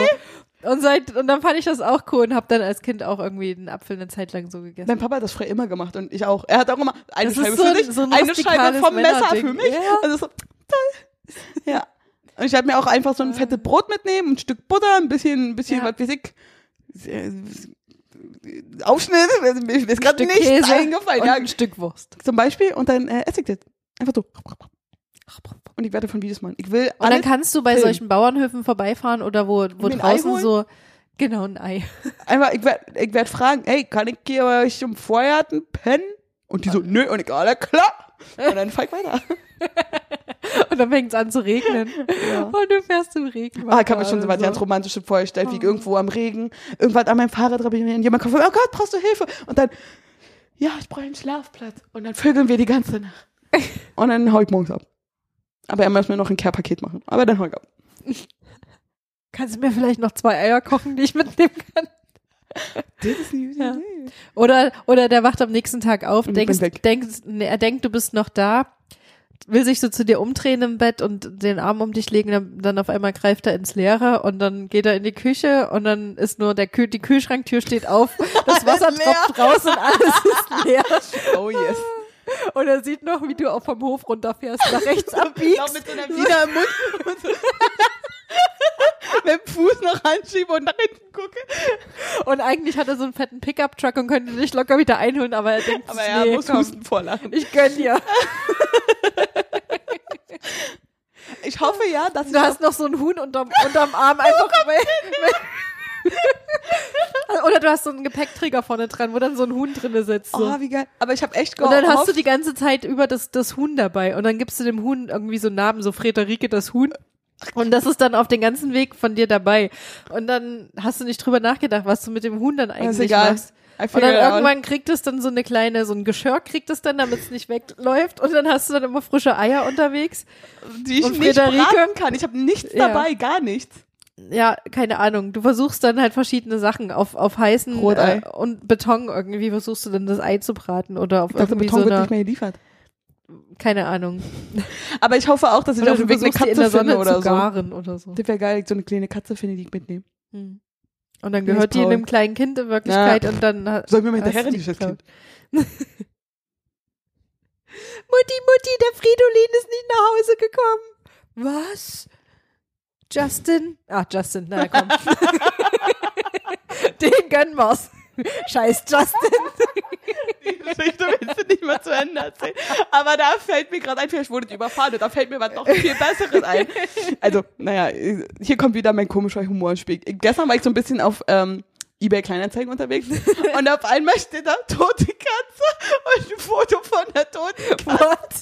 C: so. Und, seit, und dann fand ich das auch cool und habe dann als Kind auch irgendwie einen Apfel eine Zeit lang so gegessen.
A: mein Papa hat das früher immer gemacht und ich auch. Er hat auch immer eine
C: Das ist
A: Scheibe
C: so
A: für
C: ein-
A: dich,
C: so ein
A: eine Scheibe
C: rustikales
A: vom Messer
C: Männerding.
A: für mich.
C: Ja.
A: Also so, toll. Ja. Und ich werde mir auch einfach so ein fettes Brot mitnehmen, ein Stück Butter, ein bisschen, ein bisschen,
C: Ja.
A: was weiß ich, äh, Aufschnitt, mir ist gerade
C: Stück
A: nichts
C: Käse
A: eingefallen.
C: und
A: Ja,
C: ein Stück Wurst.
A: zum Beispiel und dann äh, esse ich das. Einfach so. Und ich werde davon Videos machen. Ich will
C: Und dann
A: alles,
C: kannst du bei
A: Film.
C: solchen Bauernhöfen vorbeifahren oder wo, wo
A: mir ein Ei
C: draußen
A: holen?
C: so. Genau, ein Ei.
A: einfach, ich werde ich werd fragen, hey, kann ich hier bei euch im Feuergarten pennen? Und die so, nö, und ich, alle klar. Und dann fahr ich weiter.
C: Und dann fängt es an zu regnen. Und du fährst im Regen.
A: Ah, ich habe mir schon so Ah. was ganz Romantisches vorgestellt, wie ich irgendwo am Regen, irgendwas an meinem Fahrrad reparieren, jemand kommt vorbei, oh Gott, brauchst du Hilfe? Und dann, ja, ich brauche einen Schlafplatz. Und dann vögeln wir die ganze <laughs> Nacht. Und dann hau ich morgens ab. Aber er muss mir noch ein Care-Paket machen. Aber dann hau ich ab.
C: Kannst du mir vielleicht noch zwei Eier kochen, die ich mitnehmen kann?
A: Das ist eine gute
C: Ja.
A: Idee.
C: Oder, oder der wacht am nächsten Tag auf,
A: Und
C: denkst,
A: bin weg.
C: denkst, nee, er denkt, du bist noch da, will sich so zu dir umdrehen im Bett und den Arm um dich legen, dann, dann auf einmal greift er ins Leere und dann geht er in die Küche und dann ist nur der Kühl, die Kühlschranktür
A: <laughs>
C: steht auf, das Wasser
A: leer.
C: tropft raus und alles ist leer.
A: Oh yes.
C: Und er sieht noch, wie du auch vom Hof runterfährst, nach
A: <laughs>
C: rechts abbiegst.
A: Genau, mit so einer Wiener im Mund. und so. <laughs> Mit dem Fuß noch anschiebe und nach hinten gucke.
C: Und eigentlich hat er so einen fetten Pickup-Truck und könnte dich locker wieder einholen, aber er denkt,
A: Aber er
C: nee,
A: muss
C: komm,
A: Husten vorlachen.
C: ich gönn dir.
A: Ich hoffe ja, dass
C: Du hast noch so ein Huhn unterm, unterm Arm einfach. weil, weil, oder du hast so einen Gepäckträger vorne dran, wo dann so ein Huhn drinne sitzt. So.
A: Oh, wie geil. Aber ich habe echt
C: und
A: gehofft.
C: dann hast du die ganze Zeit über das, das Huhn dabei. Und dann gibst du dem Huhn irgendwie so einen Namen, so Frederike das Huhn. Und das ist dann auf den ganzen Weg von dir dabei. Und dann hast du nicht drüber nachgedacht, was du mit dem Huhn dann
A: ist
C: eigentlich
A: egal.
C: machst.
A: I
C: Und
A: figured
C: dann
A: it out.
C: irgendwann kriegt es dann so eine kleine, so ein Geschirr kriegt es dann, damit es nicht wegläuft. Und dann hast du dann immer frische Eier unterwegs.
A: die ich
C: und
A: nicht
C: Friederike-
A: braten kann. Ich habe nichts
C: Ja.
A: dabei, gar nichts.
C: ja, keine Ahnung. Du versuchst dann halt verschiedene Sachen auf, auf heißen
A: Rotei.
C: äh, und Beton irgendwie versuchst du dann das Ei zu braten oder auf
A: Ich dachte,
C: irgendwie
A: Also Beton
C: so
A: wird
C: einer,
A: nicht mehr geliefert.
C: keine Ahnung.
A: Aber ich hoffe auch, dass ich
C: Oder
A: auf
C: du
A: dem Weg eine
C: versuchst die in der
A: Katze
C: Sonne
A: finde
C: zu
A: oder so.
C: garen oder so.
A: Das wäre geil, so eine kleine Katze finde, die ich mitnehme.
C: Hm. Und dann
A: Nee,
C: gehört
A: ist
C: die
A: Paul.
C: einem kleinen Kind in Wirklichkeit und dann ha-
A: Soll mir mal
C: Hast
A: hinterher
C: du
A: rennen,
C: die
A: die das Kind. <laughs>
C: Mutti, Mutti, der Fridolin ist nicht nach Hause gekommen. Was? Justin? Ah, Justin, na
A: <laughs>
C: komm. Den gönnen wir's. Scheiß Justin.
A: <laughs> Die Geschichte willst du nicht mal zu Ende erzählen. Aber da fällt mir gerade ein, vielleicht wurde ich überfahren und da fällt mir was noch viel Besseres ein. Also, naja, hier kommt wieder mein komischer Humor ins Spiel. Gestern war ich so ein bisschen auf ähm, eBay Kleinanzeigen
C: <laughs>
A: unterwegs und auf einmal steht da tote Katze und ein Foto von der toten Katze.
C: What?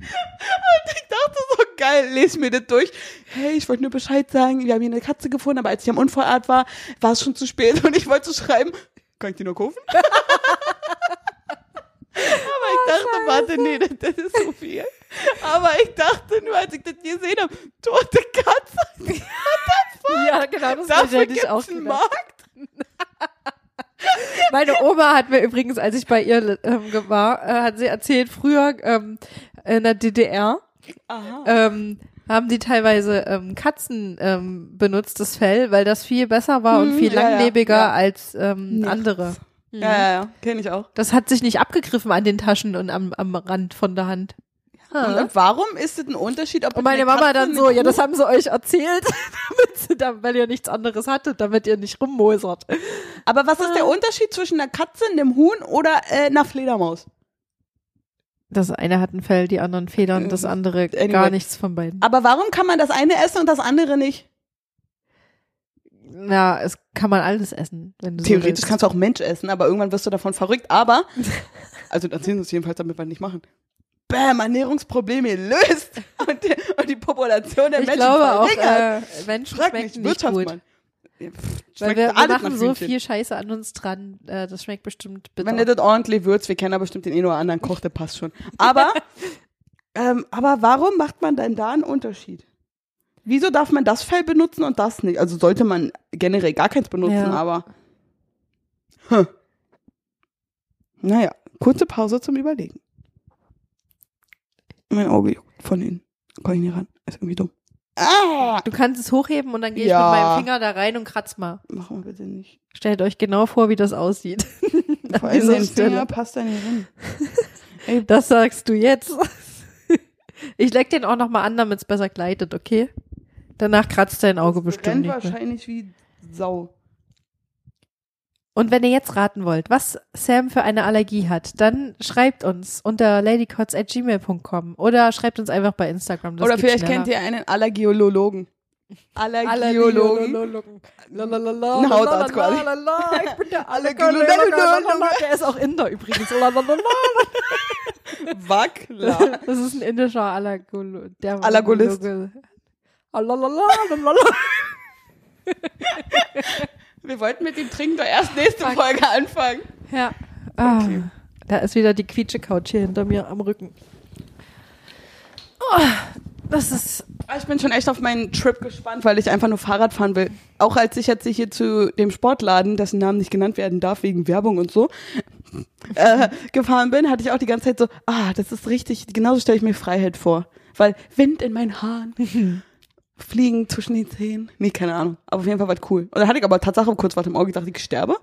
A: Und ich dachte so, geil, lese mir das durch. Hey, ich wollte nur Bescheid sagen, wir haben hier eine Katze gefunden, aber als ich am Unfallort war, war es schon zu spät und ich wollte so schreiben, kann ich die noch kaufen? <laughs> aber
C: Oh,
A: ich dachte, warte, nee, das, das ist so viel. Aber ich dachte nur, als ich das gesehen habe, tote
C: <laughs>
A: Katze,
C: Ja, genau, das Dafür
A: dafür
C: hätte
A: gibt's
C: ich auch
A: einen
C: gedacht.
A: Markt.
C: Meine Oma hat mir übrigens, als ich bei ihr ähm, ge- war, äh, hat sie erzählt, früher ähm, in der DDR
A: Aha.
C: ähm, haben die teilweise ähm, Katzen ähm, benutzt, das Fell, weil das viel besser war und
A: Hm,
C: viel
A: ja, ja,
C: langlebiger
A: ja.
C: als ähm, andere.
A: Ja, ja, ja, kenne ich auch.
C: Das hat sich nicht abgegriffen an den Taschen und am, am Rand von der Hand. Ha.
A: Und warum ist das ein Unterschied, ob
C: Und meine
A: eine
C: Mama
A: Katze
C: dann
A: eine
C: so, ja,
A: Kuh-
C: das haben sie euch erzählt, <laughs> damit sie da, weil ihr nichts anderes hattet, damit ihr nicht rummosert.
A: Aber was ist der Unterschied zwischen einer Katze, einem Huhn oder äh, einer Fledermaus?
C: Das eine hat ein Fell, die anderen Federn, das andere gar
A: anyway.
C: nichts von beiden.
A: Aber warum kann man das eine essen und das andere nicht?
C: Na, es kann man alles essen, wenn du
A: Theoretisch
C: so willst.
A: kannst du auch Mensch essen, aber irgendwann wirst du davon verrückt.
C: <laughs>
A: Aber, also erzählen sie uns jedenfalls, damit wir nicht machen. Bam, Ernährungsprobleme gelöst <laughs> und, die- und die Population der
C: ich
A: Menschen
C: glaube auch,
A: verringert.
C: äh, Menschen
A: Frag
C: schmecken
A: mich,
C: nicht gut.
A: Wirtschaftsmann. Ja, pff,
C: Weil
A: schmeckt
C: wir, wir
A: alles nach
C: machen so
A: Hühnchen.
C: viel Scheiße an uns dran. Äh, das schmeckt bestimmt bitter.
A: Wenn ihr das ordentlich würzt, wir kennen aber bestimmt den einen oder anderen Koch, der passt
C: <laughs>
A: schon. Aber, ähm, aber warum macht man denn da einen Unterschied? Wieso darf man das Fell benutzen und das nicht? Also sollte man generell gar keins benutzen,
C: Ja.
A: aber. Hm. Naja, kurze Pause zum Überlegen. Mein Auge juckt von innen. Komm ich nicht ran. Ist irgendwie dumm. Ah!
C: du kannst es hochheben und dann gehe
A: Ja.
C: ich mit meinem Finger da rein und kratz mal.
A: Mach mal bitte
C: <laughs>
A: nicht.
C: Stellt euch genau vor, wie das aussieht.
A: Vor
C: dieser
A: allem den
C: Stelle.
A: Finger passt da nicht hin.
C: Das sagst du jetzt. <laughs> Ich leck den auch nochmal an, damit es besser gleitet, okay? Danach kratzt dein Auge bestimmt
A: Brennt
C: nicht ne? mehr.
A: wahrscheinlich wie Sau.
C: Und wenn ihr jetzt raten wollt, was Sam für eine Allergie hat, dann schreibt uns unter ladycots.gmail.com oder schreibt uns einfach bei Instagram. Das
A: Oder
C: geht
A: vielleicht
C: schneller.
A: kennt ihr einen Allergiologen. Allergiologen.
C: <laughs> Ein
A: Hautarzt quasi.
C: Ich bin
A: <laughs>
C: der
A: Allergiologe.
C: Allergiologe. Der ist auch Inder übrigens. Lalalala.
A: Wackler.
C: Das ist ein indischer Allergolo der
A: Allergolist.
C: Allergologe. Alalalala.
A: Wir wollten mit dem Trinken doch erst nächste Folge anfangen.
C: Ja. Ah. Da ist wieder die Quietsche-Couch hier hinter mir am Rücken. Oh, das ist.
A: Aber Ah, Ich bin schon echt auf meinen Trip gespannt, weil ich einfach nur Fahrrad fahren will. Auch als ich jetzt hier zu dem Sportladen, dessen Namen nicht genannt werden darf wegen Werbung und so, <laughs> äh, gefahren bin, hatte ich auch die ganze Zeit so, ah, das ist richtig, genauso stelle ich mir Freiheit vor. Weil Wind in meinen Haaren,
C: <laughs>
A: Fliegen zwischen den Zähnen. Nee, keine Ahnung. Aber auf jeden Fall war es cool. Und da hatte ich aber Tatsache kurz was im Auge gedacht, ich
C: <laughs>
A: sterbe,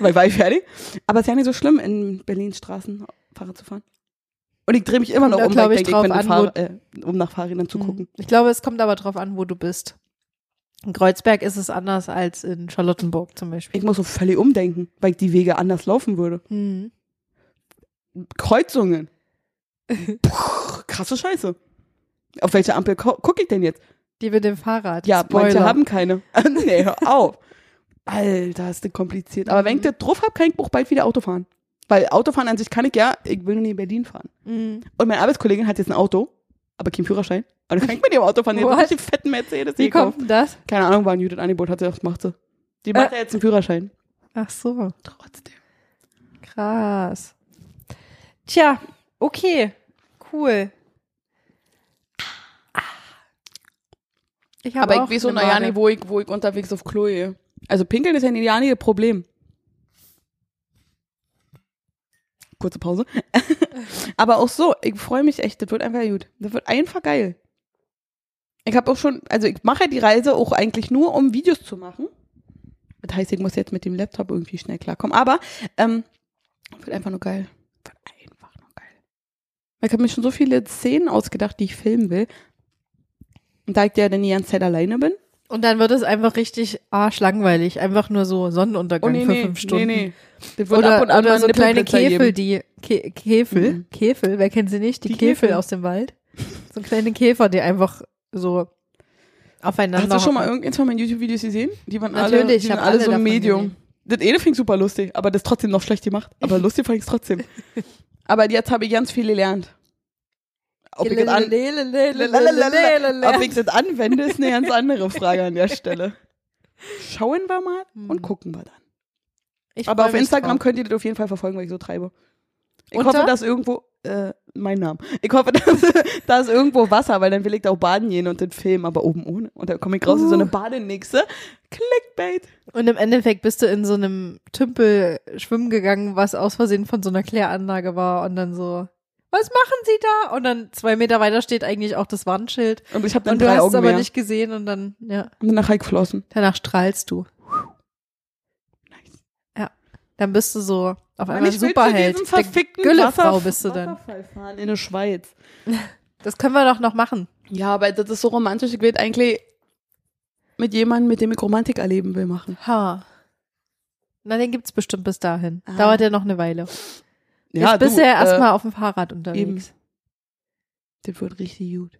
A: weil war ich fertig. Aber es ist ja nicht so schlimm, in Berlins Straßen Fahrrad zu fahren. Und ich drehe mich immer noch
C: Da
A: um,
C: glaub
A: weil
C: ich
A: denke,
C: drauf
A: bin
C: an, wo- Mhm.
A: Fahr äh, um nach Fahrrädern zu gucken.
C: hm, Ich glaube, es kommt aber drauf an, wo du bist. In Kreuzberg ist es anders als in Charlottenburg zum Beispiel.
A: Ich muss so völlig umdenken, weil ich die Wege anders laufen würde.
C: <laughs>
A: Kreuzungen. Puh, krasse Scheiße. Auf welche Ampel ko- gucke ich denn jetzt?
C: Die mit dem Fahrrad.
A: Ja,
C: Spoiler.
A: manche haben
C: <laughs>
A: keine. <laughs> nee, hör auf. Alter, ist das kompliziert. Aber wenn ich das drauf habe, kann ich auch bald wieder Auto fahren. Weil Autofahren an sich kann ich ja, ich will nur nie in Berlin fahren.
C: Mhm.
A: Und meine Arbeitskollegin hat jetzt ein Auto, aber keinen Führerschein. Und dann kann ich mit dem Auto fahren. Die hat
C: What?
A: einen fetten Mercedes
C: Wie kommt Äh.
A: gekauft.
C: denn das?
A: Keine Ahnung, war ein Judith Angebot, hat sie auch gemacht. so. Die macht ja jetzt einen Führerschein.
C: Ach so.
A: Trotzdem.
C: Krass. Tja, okay. Cool. Ich hab
A: Aber
C: auch
A: ich weiß so,
C: eine
A: naja,
C: Wade.
A: nee, wo ich, wo ich unterwegs auf Klo gehe. Also pinkeln ist ja ja nicht das Problem. Kurze Pause. <laughs> Aber auch so, ich freue mich echt, das wird einfach gut. Das wird einfach geil. Ich habe auch schon, also ich mache ja die Reise auch eigentlich nur, um Videos zu machen. Das heißt, ich muss jetzt mit dem Laptop irgendwie schnell klarkommen. Aber ähm, wird einfach nur geil. Wird einfach nur geil. Ich habe mir schon so viele Szenen ausgedacht, die ich filmen will. Und da ich ja dann die ganze Zeit alleine bin.
C: Und dann wird es einfach richtig arschlangweilig. Einfach nur so
A: Oh,
C: Sonnenuntergang für fünf Stunden.
A: Das wird
C: Oder,
A: ab und an mal
C: oder so
A: eine
C: kleine
A: Pimplitzer
C: Käfel,
A: geben.
C: die Kä Käfel,
A: Mhm.
C: Käfel, wer kennt sie nicht? Die,
A: Die
C: Käfel,
A: Käfel.
C: aus dem Wald. So kleine Käfer, die einfach so
A: Hast
C: aufeinander
A: du schon
C: hocken.
A: mal irgendeins von meinen YouTube-Videos gesehen? Die waren alle,
C: Natürlich,
A: die
C: ich hab
A: waren alle,
C: alle
A: so ein
C: davon
A: Medium.
C: gesehen.
A: Das eine fing super lustig, aber das ist trotzdem noch schlecht gemacht. <laughs> Aber lustig fand ich es trotzdem. Aber jetzt habe ich ganz viel gelernt. Ob ich, das an, ob ich das anwende, ist eine ganz andere Frage an der Stelle. Schauen wir mal und gucken wir dann.
C: Ich
A: Aber
C: freu
A: auf
C: mich
A: Instagram
C: drauf.
A: könnt ihr das auf jeden Fall verfolgen, weil ich so treibe. Ich
C: Unter?
A: hoffe, dass irgendwo, äh, mein Name. Ich hoffe, <laughs> dass da ist irgendwo Wasser, weil dann will ich da auch baden gehen und den Film, aber oben ohne. Und dann komme ich raus in so eine Badenixe. Clickbait.
C: Und im Endeffekt bist du in so einem Tümpel schwimmen gegangen, was aus Versehen von so einer Kläranlage war und dann so, was machen sie da? Und dann zwei Meter weiter steht eigentlich auch das Warnschild.
A: Und ich habe dann
C: Und du
A: drei
C: hast es
A: Augen
C: aber
A: mehr.
C: nicht gesehen und dann, ja,
A: Und danach habe ich geflossen.
C: danach strahlst du.
A: Nice.
C: Ja. Dann bist du so auf
A: Und
C: einmal
A: ich will
C: Superheld.
A: zu diesem
C: Der
A: verfickten
C: Güllefrau
A: Wasserf-
C: bist du dann.
A: Wasserfall fahren in der Schweiz.
C: Das können wir doch noch machen.
A: Ja, aber das ist so romantisch. Ich will eigentlich mit jemandem, mit dem ich Romantik erleben will, machen.
C: Ha. Na, den gibt's bestimmt bis dahin.
A: Ah.
C: Dauert ja noch eine Weile.
A: Ja,
C: Jetzt bist
A: du,
C: du ja
A: äh,
C: erstmal auf dem Fahrrad unterwegs.
A: Das wird richtig gut.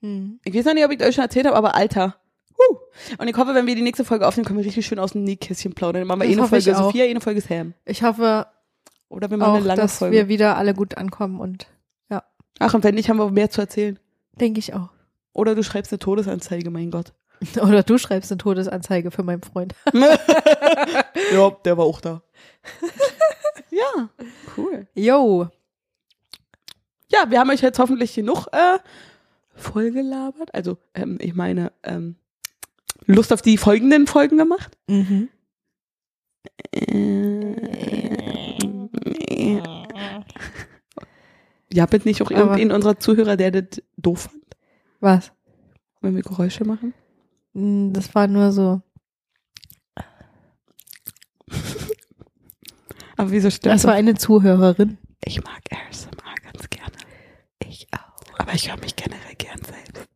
C: Hm.
A: Ich weiß noch nicht, ob ich euch schon erzählt habe, aber Alter. Huh. Und ich hoffe, wenn wir die nächste Folge aufnehmen, können wir richtig schön aus dem Nähkästchen plaudern. Dann machen wir eh
C: Das
A: eine
C: hoffe ich
A: Folge
C: auch.
A: Sophia, eh eine Folge Sam.
C: Ich hoffe
A: Oder wir machen
C: auch,
A: eine lange
C: dass
A: Folge.
C: wir wieder alle gut ankommen und
A: Ach, und wenn nicht, haben wir mehr zu erzählen.
C: denke ich auch. <laughs>
A: Oder du schreibst eine Todesanzeige, mein Gott.
C: Oder du schreibst eine Todesanzeige für meinen Freund.
A: Ja, der war auch da. <laughs> ja, cool.
C: Yo.
A: Ja, wir haben euch jetzt hoffentlich genug äh, vollgelabert. Also, ähm, ich meine, ähm, Lust auf die folgenden Folgen gemacht.
C: Mhm.
A: Ja, bitte nicht auch
C: Aber-
A: irgendeinen unserer Zuhörer, der das doof fand,
C: Was?
A: wenn wir Geräusche machen.
C: Hm, Das war nur so.
A: Aber wieso stimmt
C: Das war eine Zuhörerin.
A: Ich mag ASMR ganz gerne.
C: Ich auch.
A: Aber ich höre mich generell gern selbst.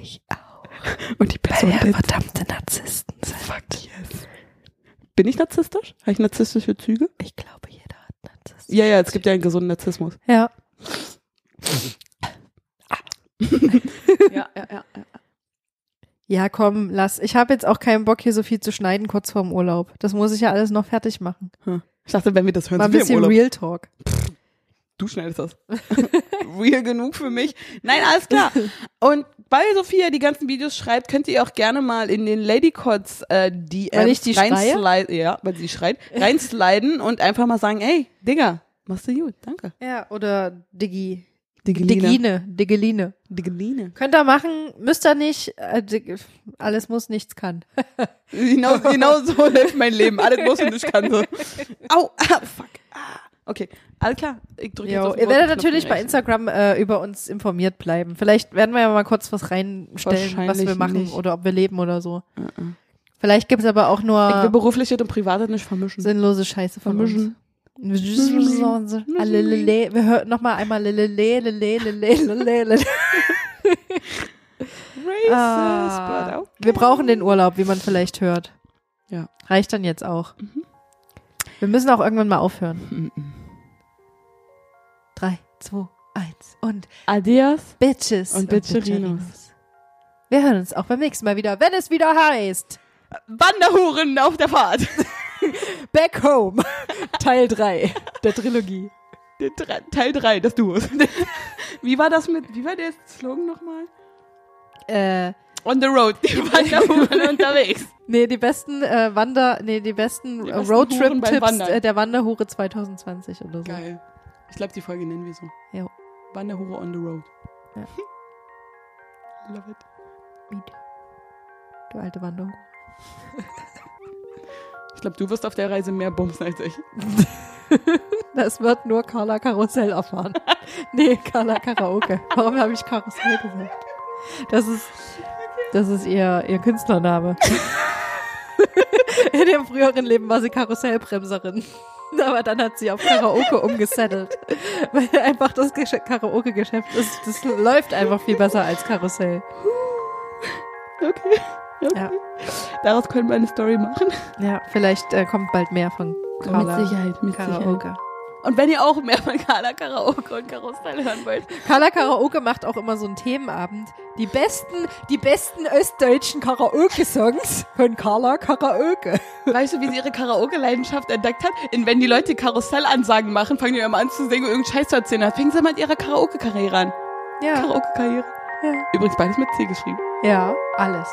C: Ich auch.
A: Und die Person
C: Weil wir
A: selbst.
C: verdammte Narzissten sind.
A: Fuck yes. Bin ich narzisstisch? Habe ich narzisstische Züge?
C: Ich glaube, jeder hat Narzissten.
A: Ja, ja, es gibt ja einen gesunden Narzissmus.
C: Ja.
A: Ja, ja, ja.
C: Ja, komm, lass. Ich habe jetzt auch keinen Bock, hier so viel zu schneiden, kurz vorm Urlaub. Das muss ich ja alles noch fertig machen.
A: Ich dachte, wenn wir das hören,
C: Mal ein
A: sind wir im
C: bisschen
A: Urlaub.
C: Real Talk.
A: Du schneidest
C: <laughs>
A: das. Real genug für mich. Nein, alles klar. Und weil Sophia die ganzen Videos schreibt, könnt ihr auch gerne mal in den Ladycots äh, DMs
C: Weil ich die schreie? <laughs>
A: reinslide- ja, weil sie schreit, reinsliden und einfach mal sagen, ey, Digga, Machst du gut, danke.
C: Ja, oder Diggi.
A: Digeline.
C: Diggine, Diggeline. <laughs>
A: Digeline.
C: Könnt ihr machen, müsst ihr nicht. Äh, Dig- alles muss, nichts kann.
A: Genau, genau
C: <laughs>
A: so läuft mein Leben. Alles muss und ich kann so. Au, ah, fuck. Ah. Okay, alles klar. Ich drücke jetzt
C: Jo,
A: auf den
C: ihr werdet
A: roten Knopf
C: natürlich
A: und
C: bei
A: rechne.
C: Instagram äh, über uns informiert bleiben. Vielleicht werden wir ja mal kurz was reinstellen, was wir
A: Wahrscheinlich
C: machen
A: nicht.
C: oder ob wir leben oder so. Vielleicht gibt's aber auch
A: Ich will
C: nur
A: berufliches und privates nicht vermischen.
C: sinnlose Scheiße von uns.
A: Vermischen.
C: Alle lele- Wir hören nochmal einmal lelele, lelele,
A: <laughs>
C: lelele, lelele.
A: Racist,
C: Ah.
A: but okay.
C: Wir brauchen den Urlaub, wie man vielleicht hört.
A: Ja. Mhm.
C: Reicht dann jetzt auch. Wir müssen auch irgendwann mal aufhören. Drei, zwei, eins und
A: Adios.
C: Bitches.
A: Und Bitcherinos.
C: Wir hören uns auch beim nächsten Mal wieder, wenn es wieder heißt
A: Wanderhuren auf der Fahrt. <laughs>
C: Back Home, Teil 3 der Trilogie.
A: Der Dre- Teil 3, das Duo. <laughs> Wie war das mit, wie war der Slogan nochmal?
C: Äh,
A: On the road, <laughs> die Wanderhuren unterwegs.
C: nee, die besten äh, Wander, nee, die besten,
A: Die
C: äh,
A: besten Huren beim
C: Roadtrip-Tipps
A: Wandern.
C: äh, der Wanderhure 2020 oder
A: <laughs>
C: so.
A: Geil. Ich glaube, die Folge nennen wir so.
C: Jo.
A: Wanderhure on the road.
C: Ja.
A: <laughs> Love it.
C: Miet. Du alte Wanderhure.
A: Ich glaube, du wirst auf der Reise mehr bumsen als ich.
C: Das wird nur Carla Karussell erfahren. <laughs> nee, Carla Karaoke. Warum habe ich Karussell gesagt? Das ist, das ist ihr, ihr Künstlername. <laughs> In ihrem früheren Leben war sie Karussellbremserin. <laughs> Aber dann hat sie auf Karaoke umgesettelt. Weil einfach das Gesch- Karaoke-Geschäft ist, das läuft einfach viel besser als Karussell.
A: Okay.
C: Ja,
A: Daraus können wir eine Story machen.
C: ja vielleicht äh, kommt bald mehr von Carla
A: Sicherheit, mit
C: Karaoke.
A: Und wenn ihr auch mehr von Carla Karaoke und Karussell hören wollt,
C: Carla Karaoke macht auch immer so einen Themenabend. Die besten, die besten östdeutschen Karaoke-Songs von Carla Karaoke.
A: weißt du, wie sie ihre Karaoke-Leidenschaft entdeckt hat? In, wenn die Leute Karussellansagen machen, fangen die immer an zu singen und irgendeinen Scheiß zu erzählen. Dann fängt sie mal mit ihrer Karaoke-Karriere an.
C: Ja,
A: Karaoke-Karriere.
C: Ja.
A: Übrigens beides mit C geschrieben.
C: ja, alles.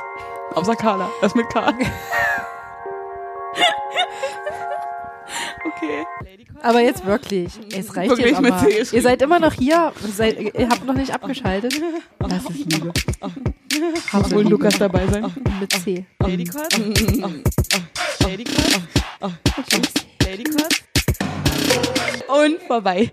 A: Außer Carla. Das mit
C: <laughs>
A: K. okay.
C: Aber jetzt wirklich, es reicht
A: Wirklich
C: jetzt
A: mit
C: aber.
A: C geschrieben.
C: Ihr seid immer noch hier, seid, ihr habt noch
A: <laughs>
C: nicht abgeschaltet. Das ist Liebe.
A: Muss wohl Lukas dabei sein.
C: Mit C.
D: Ladycott? Ladycott? Ladycott?
A: Und vorbei.